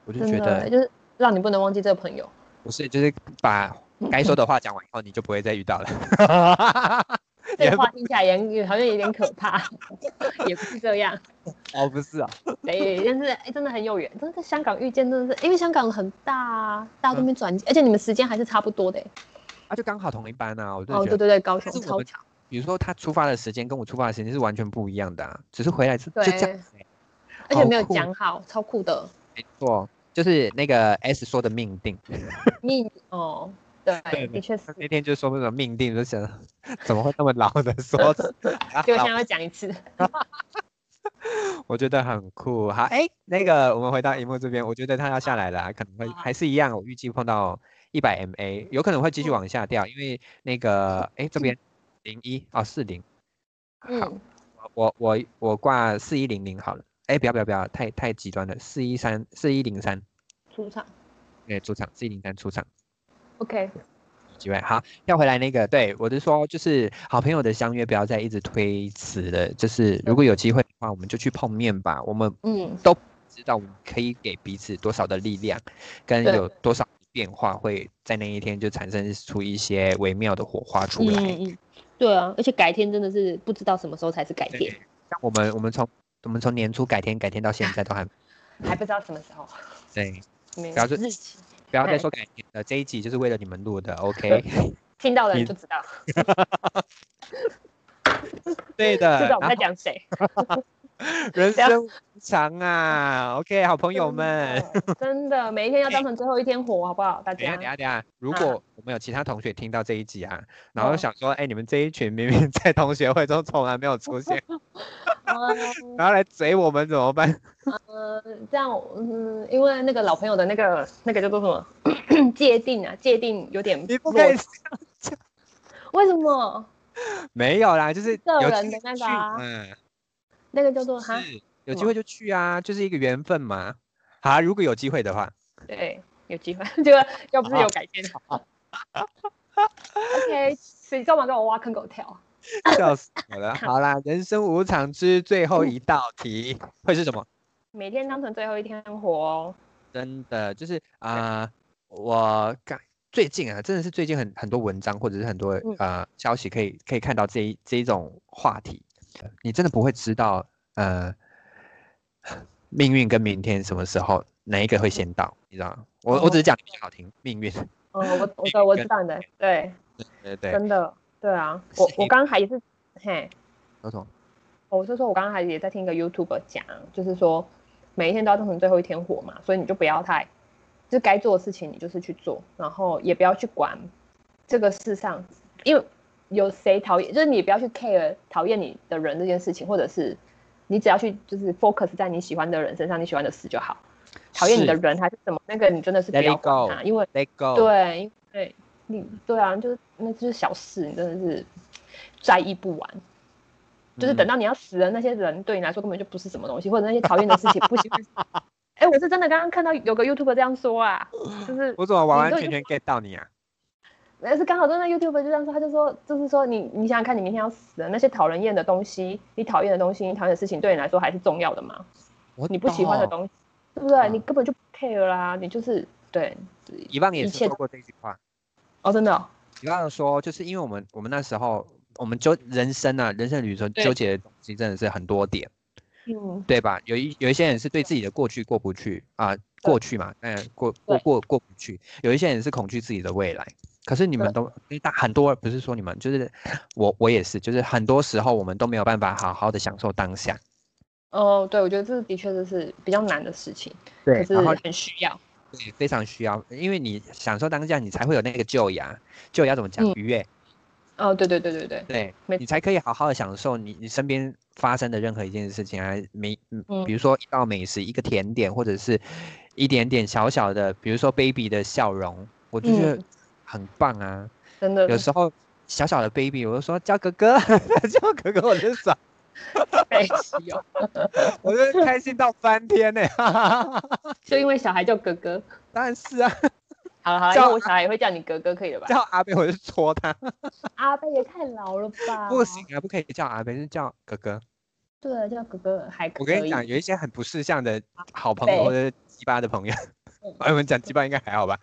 A: 我就
B: 真
A: 觉
B: 的欸
A: 得
B: 就是让你不能忘记这个朋友，
A: 不是，就是把该说的话讲完以后，你就不会再遇 到了。
B: 这话听起来也好像有点可怕， 也不是这样。
A: 哦，不是啊，
B: 对，但是哎、真的很有缘，真的在香港遇见，真的是因为香港很大啊，大家都没转
A: 嗯
B: 机，而且你们时间还是差不多的、欸。
A: 啊，就刚好同一班啊，我就
B: 哦，
A: 觉得，
B: 对对对，高
A: 但
B: 雄
A: 是我
B: 超
A: 们
B: 强，
A: 比如说他出发的时间跟我出发的时间是完全不一样的啊，只是回来是就这
B: 对
A: 样子欸，
B: 而且没有
A: 好酷
B: 讲好，超酷的
A: 没错，就是那个 S 说的命定，
B: 命哦。对
A: 对，对
B: 的确是。
A: 那天就说那种命定，就想 怎么会那么老的说 辞，啊
B: 就我
A: 好
B: 现在要讲一次，
A: 我觉得很酷。好，哎，那个我们回到荧幕这边，我觉得它要下来了啊，可能会还是一样，我预计碰到一百 MA，有可能会继续往下掉，因为那个哎这边零一哦四零，好，
B: 嗯，
A: 我我我挂四一零零好了，哎不要不要不要，太太极端了，四一三四一零三，
B: 出场
A: 对，出场四一零三出场。
B: ，OK，
A: 机会。好，要回来那个，对我是说，就是好朋友的相约，不要再一直推辞了。就是如果有机会的话，我们就去碰面吧。我们
B: 嗯，
A: 知道我们可以给彼此多少的力量，跟
B: 对
A: 有多少变化，会在那一天就产生出一些微妙的火花出来。
B: 嗯嗯，对啊，而且改天真的是不知道什么时候才是改天，
A: 像我们，我们从我们从年初改天改天到现在都还
B: 还不知道什么时候，
A: 对，
B: 没
A: 表示
B: 日期，
A: 不要再
B: 对
A: 说改天了，这一集就是为了你们录的，OK？
B: 听到的人
A: 你
B: 就知道，
A: 对
B: 知
A: 的，
B: 道我们
A: 呃然后
B: 在讲谁。
A: 人
B: 不要嗯
A: 生无常啊，OK，好朋友们。
B: 真的， 真的每一天要当成最后一天活，好不好？大
A: 等一下，
B: 家
A: 等一下，等一下。如
B: 啊
A: 果我们有其他同学听到这一集啊，然后
B: 哦
A: 想说，哎、你们这一群明 明在同学会中从来没有出 现，
B: 嗯
A: 然后来追我们怎么办？
B: 嗯，这样，嗯，因为那个老朋友的那个那个叫做什么 界定啊，界定有点
A: 你不
B: 弱
A: 可以，
B: 为什么？
A: 没有啦，就是
B: 个
A: 有
B: 人
A: 机会
B: 的那
A: 去
B: 个啊
A: 嘛
B: 那个叫做哈，
A: 是有
B: 什
A: 机
B: 么
A: 会就去啊，就是一个缘分嘛。好啊，如果有机会的话，
B: 对，有机会， 结果要不是
A: 好
B: 有改变的 话，OK，谁干嘛给我挖坑给我跳？
A: 笑死我 了。好啦，人生无常之最后一道题会是什么？
B: 每天当成最后一天 活哦，
A: 真的就是啊、呃我感最近啊，真的是最近很很多文章或者是很多、
B: 嗯
A: 呃消息可以可以看到这一这一种话题，你真的不会知道呃命运跟明天什么时候哪一个会先到，你知道吗？我我只是讲的比较好听，命运，
B: 嗯，我我嗯哦对我知道你的，对，
A: 对对对，
B: 真的，对啊，我
A: 谁
B: 我刚还是嘿。
A: 有种
B: 哦我是说，我刚刚还也在听一个 YouTube 讲，就是说每一天都要当成最后一天活嘛，所以你就不要太，就该做的事情你就是去做，然后也不要去管这个世上，因为有谁讨厌，就是你不要去 care 讨厌你的人这件事情，或者是你只要去就是 focus 在你喜欢的人身上，你喜欢的事就好。讨厌你的
A: 是
B: 人还是什么，那个你真的是不
A: Let it
B: 要管
A: go
B: 它，因为
A: let go，
B: 对，因为你对啊，就是那就是小事，你真的是在意不完。就是等
A: 嗯
B: 到你要死的那些人，对你来说根本就不是什么东西，或者那些讨厌的事情不喜欢。 哎、我是真的刚刚看到有个 YouTube 这样说啊，就是
A: 我怎么完
B: 你
A: 完
B: 都已
A: 全全 get 到你啊？
B: 但是刚好真的 YouTube 就这样说，他就说，就是说你你想想看，你明天要死的那些讨人厌的东西，你讨厌的东西，你讨厌的事情，对你来说还是重要的吗？
A: 我
B: 你不喜欢的
A: 懂
B: 东西，对不对？
A: 嗯
B: 你根本就不 care 啦，你就是对
A: 遗忘也
B: 一
A: 是
B: 切
A: 说过这句话。
B: 哦，真的哦、
A: 你刚刚说，就是因为我们我们那时候，我们纠人生啊，人生旅程
B: 对
A: 纠结的东西真的是很多点，
B: 嗯，
A: 对吧？有一有一些人是对自己的过去过不去啊、过去嘛，嗯、过过
B: 对
A: 过过不去；有一些人是恐惧自己的未来。可是你们都，因为大很多不是说你们，就是我我也是，就是很多时候我们都没有办法好好的享受当下。
B: 哦，对，我觉得这的确就是比较难的事情，可
A: 对
B: 是
A: 然后
B: 很需要。
A: 对非常需要，因为你享受当下，你才会有那个旧牙，旧牙怎么讲？
B: 嗯
A: 愉悦，
B: 哦，对对对对对，
A: 对
B: 没
A: 你才可以好好的享受你你身边发生的任何一件事情啊，美，嗯
B: 嗯
A: 比如说一道美食、一个甜点，或者是一点点小小的，比如说 baby 的笑容，我就觉得
B: 嗯
A: 很棒啊。
B: 真的
A: 有时候小小的 baby，我就说叫哥哥， 叫哥哥，我就爽，
B: 太稀有，
A: 我就开心到翻天呢、 哈，
B: 就因为小孩叫哥哥。
A: 当然是啊，
B: 好了好了，
A: 叫
B: 因为我小孩也会叫你哥哥，可以了吧？
A: 叫阿贝我就戳他，
B: 阿贝也太老了吧？
A: 不行，啊，不可以叫阿贝，是叫哥哥。
B: 对，叫哥哥还可以。
A: 我跟你讲，有一些很不识相的好朋友
B: 对
A: 或者是鸡巴的朋友，我们讲鸡巴应该还好吧？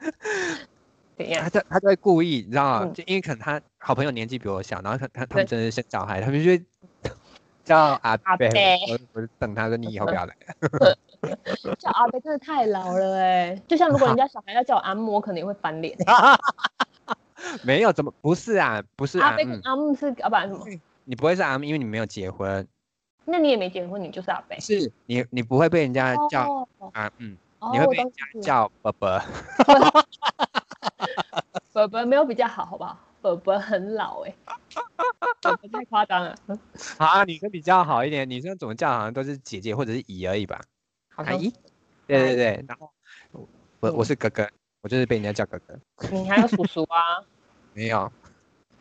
B: 怎样
A: 他？就他就会故意，你知道吗？
B: 嗯
A: 就因为可能他好朋友年纪比我小，然后他他他
B: 对
A: 们真的是生小孩，他们就会叫阿
B: 阿
A: 伯
B: 伯，
A: 我我就等他说你以后不 要来，
B: 叫阿伯真的太老了哎、就像如果人家小孩要叫我阿嬷，可能也会翻脸。
A: 没有怎么不是啊，不是
B: 阿
A: 啊，
B: 伯跟
A: 嗯，
B: 阿姆是阿爸什么？
A: 你不会是阿姆，因为你没有结婚，
B: 那你也没结婚，你就是阿伯。
A: 是你你不会被人家呃叫
B: 哦，
A: 阿嗯，
B: 哦
A: 你会
B: 我
A: 被
B: 懂意思了
A: 叫伯 伯，
B: 伯伯没有比较好，好不好？伯伯很 老哎、伯伯太夸张了，
A: 好啊，女生比较好一点，女生怎么叫好像都是姐姐或者是姨而已吧，
B: 好
A: 阿
B: 像
A: 姨，对对对，然后我我我
B: 嗯
A: 是哥哥，我就是被人家叫哥哥，
B: 你还有叔叔啊，
A: 没有，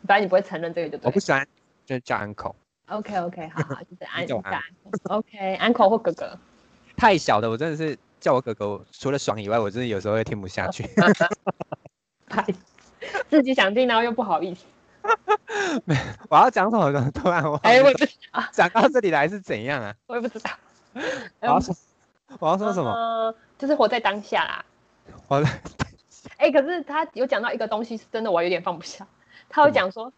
B: 反正你不会承认这个就
A: 我
B: 对
A: 不
B: 了。
A: 喜欢就叫 uncle。
B: OK OK，好好，就是安
A: 叫
B: 安
A: 我安
B: OK 安 n 或哥哥，
A: 太小的，我真的是叫我哥哥，除了爽以外，我真的有时候会听不下去。 哎
B: 嗨自己想听然后又不好意思，
A: 我要讲什么呢？突然我
B: 哎、我也不知道，
A: 讲到这里来是怎样啊？
B: 我也不 知道。哎
A: 我要说我要说什么？
B: 呃就是活在当下啦。
A: 我
B: 哎、可是他有讲到一个东西，是真的我有点放不下。他有
A: 什么
B: 讲说，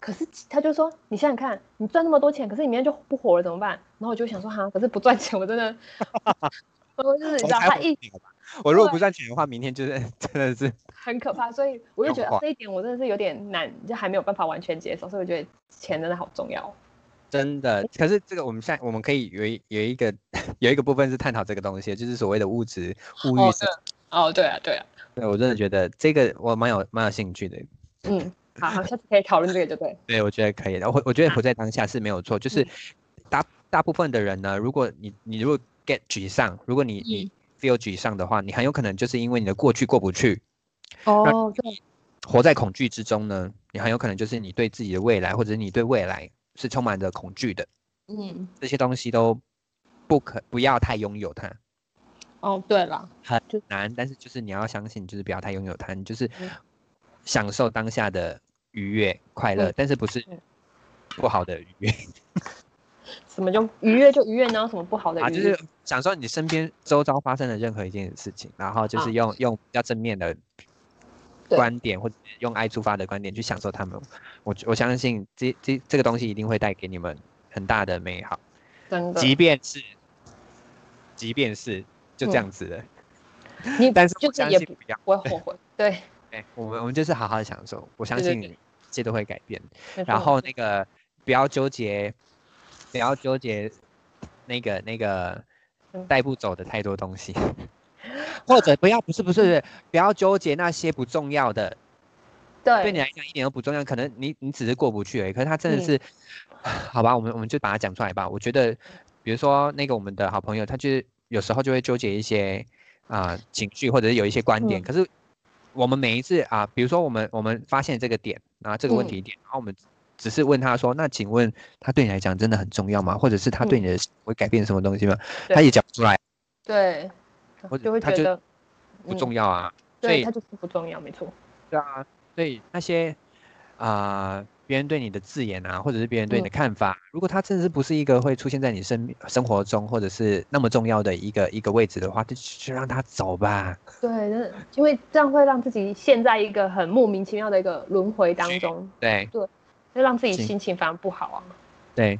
B: 可是他就说，你想想看，你赚那么多钱，可是你明天就不活了，怎么办？然后我就想说，哈，可是不赚钱，我真的， 我就是你知
A: 我
B: 道，
A: 才
B: 呃他
A: 火
B: 一
A: 不了吧我如果不赚钱的话，明天就是 真的是
B: 很可怕，所以我就觉得
A: 要
B: 啊
A: 花
B: 这一点我真的是有点难，就还没有办法完全接受，所以我觉得钱真的好重要哦。
A: 真的。可是这个我们现在我们可以有一有一个 有一个部分是探讨这个东西，就是所谓的物质物欲
B: 哦
A: 是。
B: 哦，对啊，对啊，
A: 对，我真的觉得这个我蛮有蛮有兴趣的。
B: 嗯，好，好，下次可以讨论这个就对。
A: 对，我觉得可以的。我我觉得活在当下是没有错，就是
B: 嗯
A: 大大部分的人呢，如果你你如果 get 沮丧，如果你
B: 嗯
A: 你 feel 沮丧的话，你很有可能就是因为你的过去过不去，
B: 哦，对，
A: 活在恐惧之中呢，你很有可能就是你对自己的未来，或者是你对未来是充满着恐惧的，
B: 嗯，
A: 这些东西都不可不要太拥有它。
B: 哦，对了，
A: 很
B: 就
A: 难，但是就是你要相信，就是不要太拥有它，你就是
B: 嗯
A: 享受当下的愉悦快乐，
B: 嗯
A: 但是不是
B: 嗯
A: 不好的愉悦。
B: 什么就愉悦就愉悦，然后什么不好的
A: 啊，
B: 愉
A: 就
B: 悦，
A: 是享受你身边周遭发生的任何一件事情，然后就
B: 啊
A: 是用、用比较正面的
B: 对
A: 观点，或者是用爱出发的观点去享受他们。我我相信这这这个东西一定会带给你们很大的美好，
B: 真的。
A: 即便是即便是就这
B: 嗯
A: 样子的，
B: 你
A: 但是
B: 就
A: 我相
B: 也
A: 信
B: 不
A: 不要，
B: 会后悔， 对。
A: 哎，我们我们就是好好的享受，我相
B: 对对
A: 信
B: 对
A: 一切都会改变。
B: 没
A: 然
B: 错
A: 后那个不要纠结，不要纠结那个那个
B: 嗯
A: 带不走的太多东西， 或者不要不是不是不要纠结那些不重要的，对
B: 对
A: 你来讲一点都不重要，可能你你只是过不去而已。可是他真的
B: 嗯
A: 是， 好吧，我们我们就把它讲出来吧。我觉得，比如说那个我们的好朋友，他就是有时候就会纠结一些啊、情绪，或者是有一些观点。
B: 嗯
A: 可是我们每一次啊、比如说我们我们发现这个点啊这个问
B: 嗯
A: 题点，然后我们只是问他说，那请问他对你来讲真的很重要吗？或者是他对你的会改变什么东西吗？
B: 嗯对
A: 他也讲不出来，
B: 对，
A: 我
B: 就会
A: 他
B: 觉
A: 就
B: 得
A: 不
B: 嗯
A: 重要啊。所
B: 对
A: 以
B: 他就是不重要，没错。
A: 对啊，所以那些啊，呃别、人对你的字眼啊，或者是别人对你的
B: 嗯
A: 看法，如果他真的是不是一个会出现在你生生活中，或者是那么重要的一个一个位置的话，就就让他走吧。
B: 对，真的因为这样会让自己陷在一个很莫名其妙的一个轮回当中，
A: 对
B: 就让自己
A: 行
B: 心情反而不好啊。
A: 对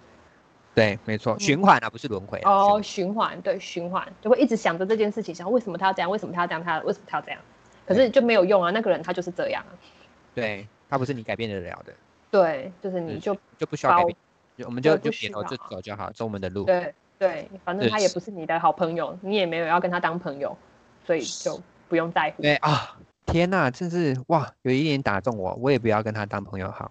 A: 对，没错，
B: 嗯
A: 循环啊，不是轮回啊。循环，
B: 哦，循环，对，循环就会一直想着这件事情，想为什么他要这样，为什么他要这样，他为什么他要这样，可是就没有用啊，那个人他就是这样啊。
A: 对，他不是你改变得了的，
B: 对，就是你
A: 嗯
B: 就
A: 就不需要改
B: 包
A: 变，就我们
B: 对
A: 就
B: 不
A: 就
B: 需
A: 点头就
B: 要
A: 走就好，走我们的路。
B: 对对，反正
A: 对
B: 他也不是你的好朋友，你也没有要跟他当朋友，所以就不用在乎。
A: 对啊。天呐、真是哇，有一点打中我，我也不要跟他当朋友好。
B: 哦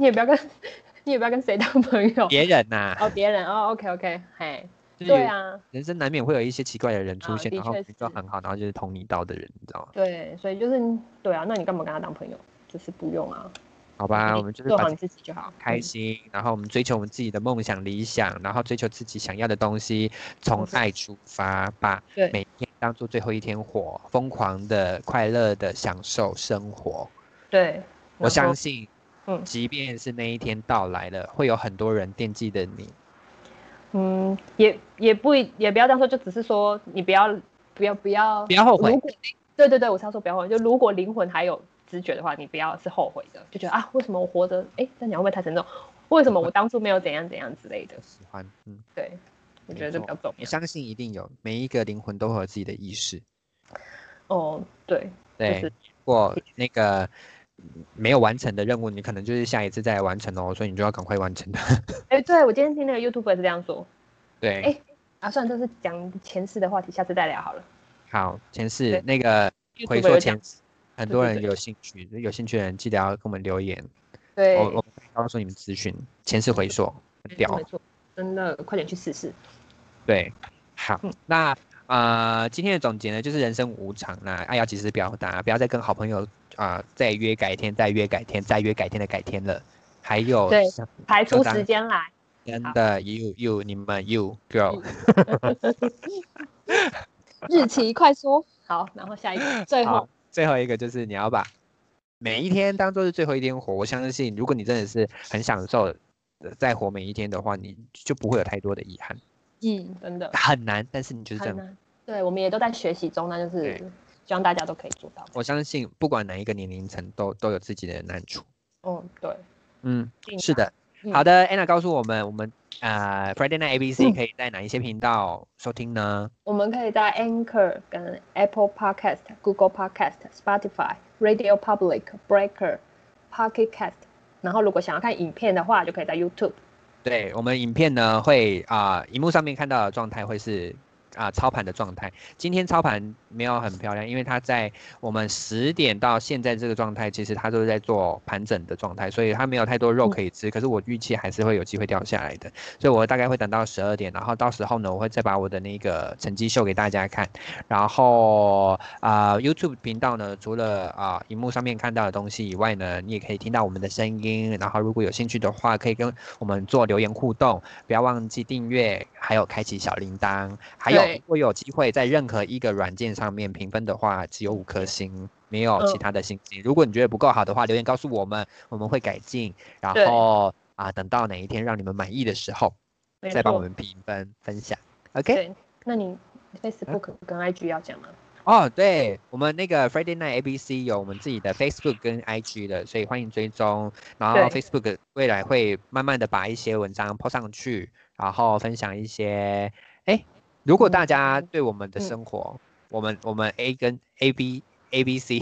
B: 你也不要跟， 你也不要跟谁当 朋友。
A: 别人呐、
B: 哦，别人哦，OK OK，嘿，
A: 就是有
B: 对啊，
A: 人生难免会有一些奇怪的人出
B: 啊
A: 现，
B: 的
A: 然后
B: 确
A: 明明就是很好，然后就是捅你刀的人，你知道吗？
B: 对，所以就是对啊，那你干嘛跟他当朋友？就是不用啊，
A: 好吧，
B: 你
A: 我们就是
B: 做
A: 把
B: 好你
A: 自己
B: 自己就好。
A: 开
B: 嗯
A: 心，然后我们追求我们自己的梦想、理想，然后追求自己想要的东西，从
B: 错
A: 爱出发，把
B: 嗯对
A: 每天当做最后一天活，疯狂的、快乐的享受生活。
B: 对，
A: 我
B: 然后
A: 相信，
B: 嗯
A: 即便是那一天到来了，会有很多人惦记着你。
B: 哦嗯，也也不一也不要这样说，就只是说你不要不要不要
A: 不要后悔
B: 如果对对对，我是要说不要后悔。就如果灵魂还有知觉的话，你不要是后悔的，就觉得啊，为什么我活着？哎，但你会不会太沉重？为什么我当初没有怎样怎样之类的？
A: 喜欢，嗯，
B: 对，我觉得这比较重
A: 我
B: 要。
A: 相信一定有，每一个灵魂都会有自己的意识。
B: 哦，对，
A: 对，
B: 就是
A: 如果那个嗯没有完成的任务，你可能就是下一次再完成哦，所以你就要赶快完成它。
B: 哎，对我今天听那个 YouTube 也是这样说
A: 对，
B: 哎啊，算了，这是讲前世的话题，下次再聊好了。
A: 好，前世
B: 对
A: 那个
B: YouTube
A: 回溯
B: 有讲
A: 前，世，很
B: 对
A: 多
B: 对
A: 人
B: 对
A: 有兴趣，有兴趣的人记得要跟我们留言，
B: 对，
A: 我哦我会告诉你们资讯。前世回溯，
B: 没
A: 很
B: 错
A: 屌
B: 没。错，真的快点去试试。
A: 对，好
B: 嗯，
A: 那呃，今天的总结呢，就是人生无常啦，爱要及时表达，不要再跟好朋友啊、呃再约改天，再约改天，再约改天的改天了。还有
B: 对
A: 像
B: 排
A: 就
B: 出
A: 当
B: 时间 来。
A: 真
B: 好
A: 的 you you 你们 you girl，
B: 日期快说好，然后下一个最后
A: 好，最后一个就是你要把每一天当做是最后一天活。我相信，如果你真的是很享受呃再活每一天的话，你就不会有太多的遗憾。
B: 嗯，真的
A: 很难，但是你就是这
B: 很
A: 样。
B: 难。对，我们也都在学习中，那就是
A: 对
B: 希望大家都可以做到。
A: 我相信，不管哪一个年龄层都都有自己的难处。
B: 嗯，对，
A: 嗯，
B: 尽
A: 是的。
B: 嗯
A: 好的，Anna 告诉我们，我们呃 Friday Night ABC
B: 嗯
A: 可以在哪一些频道收听呢？
B: 我们可以在 Anchor、跟 Apple Podcast、Google Podcast、Spotify、Radio Public、Breaker、Pocket Cast，然后如果想要看影片的话，就可以在 YouTube。
A: 对我们影片呢会啊，荧、幕上面看到的状态会是啊、操盘的状态。今天操盘没有很漂亮，因为它在我们十点到现在这个状态，其实它都是在做盘整的状态，所以它没有太多肉
B: 嗯
A: 可以吃。可是我预期还是会有机会掉下来的，所以我大概会等到十二点，然后到时候呢，我会再把我的那个成绩秀给大家看。然后啊、y o u t u b e 频道呢，除了啊、荧幕上面看到的东西以外呢，你也可以听到我们的声音。然后如果有兴趣的话，可以跟我们做留言互动，不要忘记订阅，还有开启小铃铛。还有，
B: 对
A: 如果有机会在任何一个软件上面评分的话，只有五颗星，没有其
B: 嗯
A: 他的星星。如果你觉得不够好的话，留言告诉我们，我们会改进。然
B: 对
A: 后啊、等到哪一天让你们满意的时候，
B: 没
A: 再帮我
B: 错
A: 们评分分享。OK。
B: 对，那你 Facebook
A: 嗯
B: 跟 IG 要讲吗？
A: 哦，对，我们那个 Friday Night ABC 有我们自己的 Facebook 跟 IG 的，所以欢迎追踪。然后
B: 对
A: Facebook 未来会慢慢的把一些文章 po 上去，然后分享一些。哎，如果大家
B: 嗯
A: 对我们的
B: 嗯
A: 生活，我们我们 A 跟 AB ABC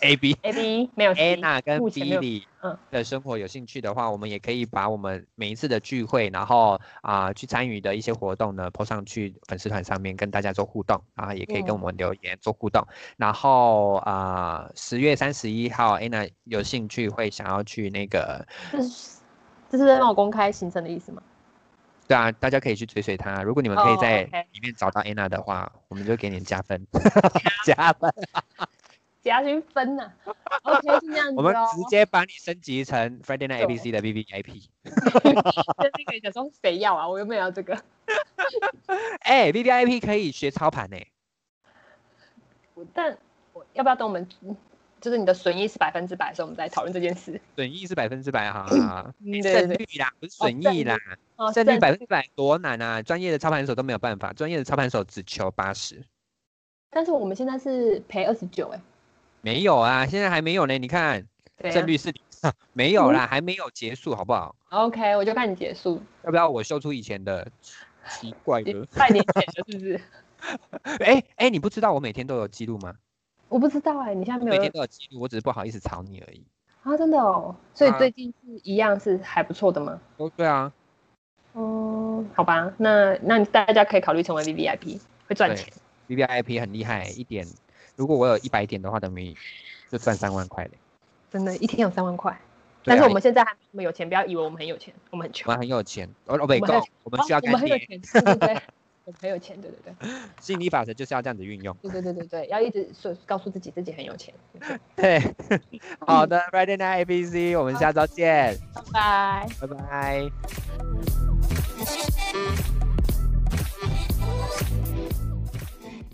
A: AB
B: A B 没有 C，
A: Anna 跟
B: 目前没有
A: Billy
B: 嗯
A: 的生活有兴趣的话，我们也可以把我们每一次的聚会，然后啊、去参与的一些活动呢，抛上去粉丝团上面跟大家做互动，然后也可以
B: 嗯
A: 跟我们留言做互动。然后啊，十、0月三十一号，Anna 有兴趣会想要去那个，
B: 这是这是在让我公开行程的 意思吗？
A: 对啊，大家可以去追随她。如果你们可以
B: 哦
A: 在
B: OK
A: 里面找到 Anna 的话，我们就给你们加分，加分。
B: 加去分呐、OK，是这样子
A: 我
B: 哦
A: 们。直接把你升级成 Friday Night
B: 懂
A: ABC 的 VVIP。
B: 跟那个人讲说谁要啊？我又没有要这个，
A: 哎、v v i p 可以学操盘呢、
B: 我但我要不要等我们嗯就是你的损益是百分之百的时候，我们再讨论这件事？
A: 损益是百分之百哈，
B: 嗯对
A: 胜
B: 对
A: 率啦，不是
B: 哦
A: 损
B: 胜
A: 益
B: 率
A: 啦，
B: 哦，
A: 胜率
B: 正
A: 百分之百多难啊！专业的操盘手都没有办法，专业的操盘手只求八十，
B: 但是我们现在是赔二十九哎，
A: 没有啊，现在还没有呢。你看
B: 对啊嗯
A: 胜率是零，没有啦，还没有结束，好不好？
B: OK，我就看你结束，
A: 要不要我秀出以前的？奇怪的，
B: 快点减了是不 是？
A: 哎哎，你不知道我每天都有记录吗？
B: 我不知道哎、你现在
A: 我
B: 没
A: 每天
B: 有
A: 都有记录，我只是不好意思吵你而已。
B: 啊？真的哦，所以
A: 啊
B: 最近是一样是还不错的吗？
A: 哦，对啊，
B: 哦，好吧，那那你大家可以考虑成为 V V I P，会赚
A: 对
B: 钱。
A: V V I P 很厉害，一点，如果我有一百点的话，等于就赚三万块嘞。
B: 真的，一天有三万块。
A: 对
B: 但
A: 啊
B: 是我们现在还没有钱，不要以为我们很有钱，我们很
A: 我
B: 穷。
A: 们很有钱，哦哦，不
B: 我们很有
A: 够，我们需要
B: 哦
A: 干
B: 我们很有
A: 爹。
B: 钱，对对对，我们很有钱，对对对，
A: 吸引力法则就是要这样子运用。
B: 对对对对对，要一直说告诉自己自己很有钱。
A: 对，好的，Friday Night ABC，我们下周见，
B: 拜拜。
A: 拜拜。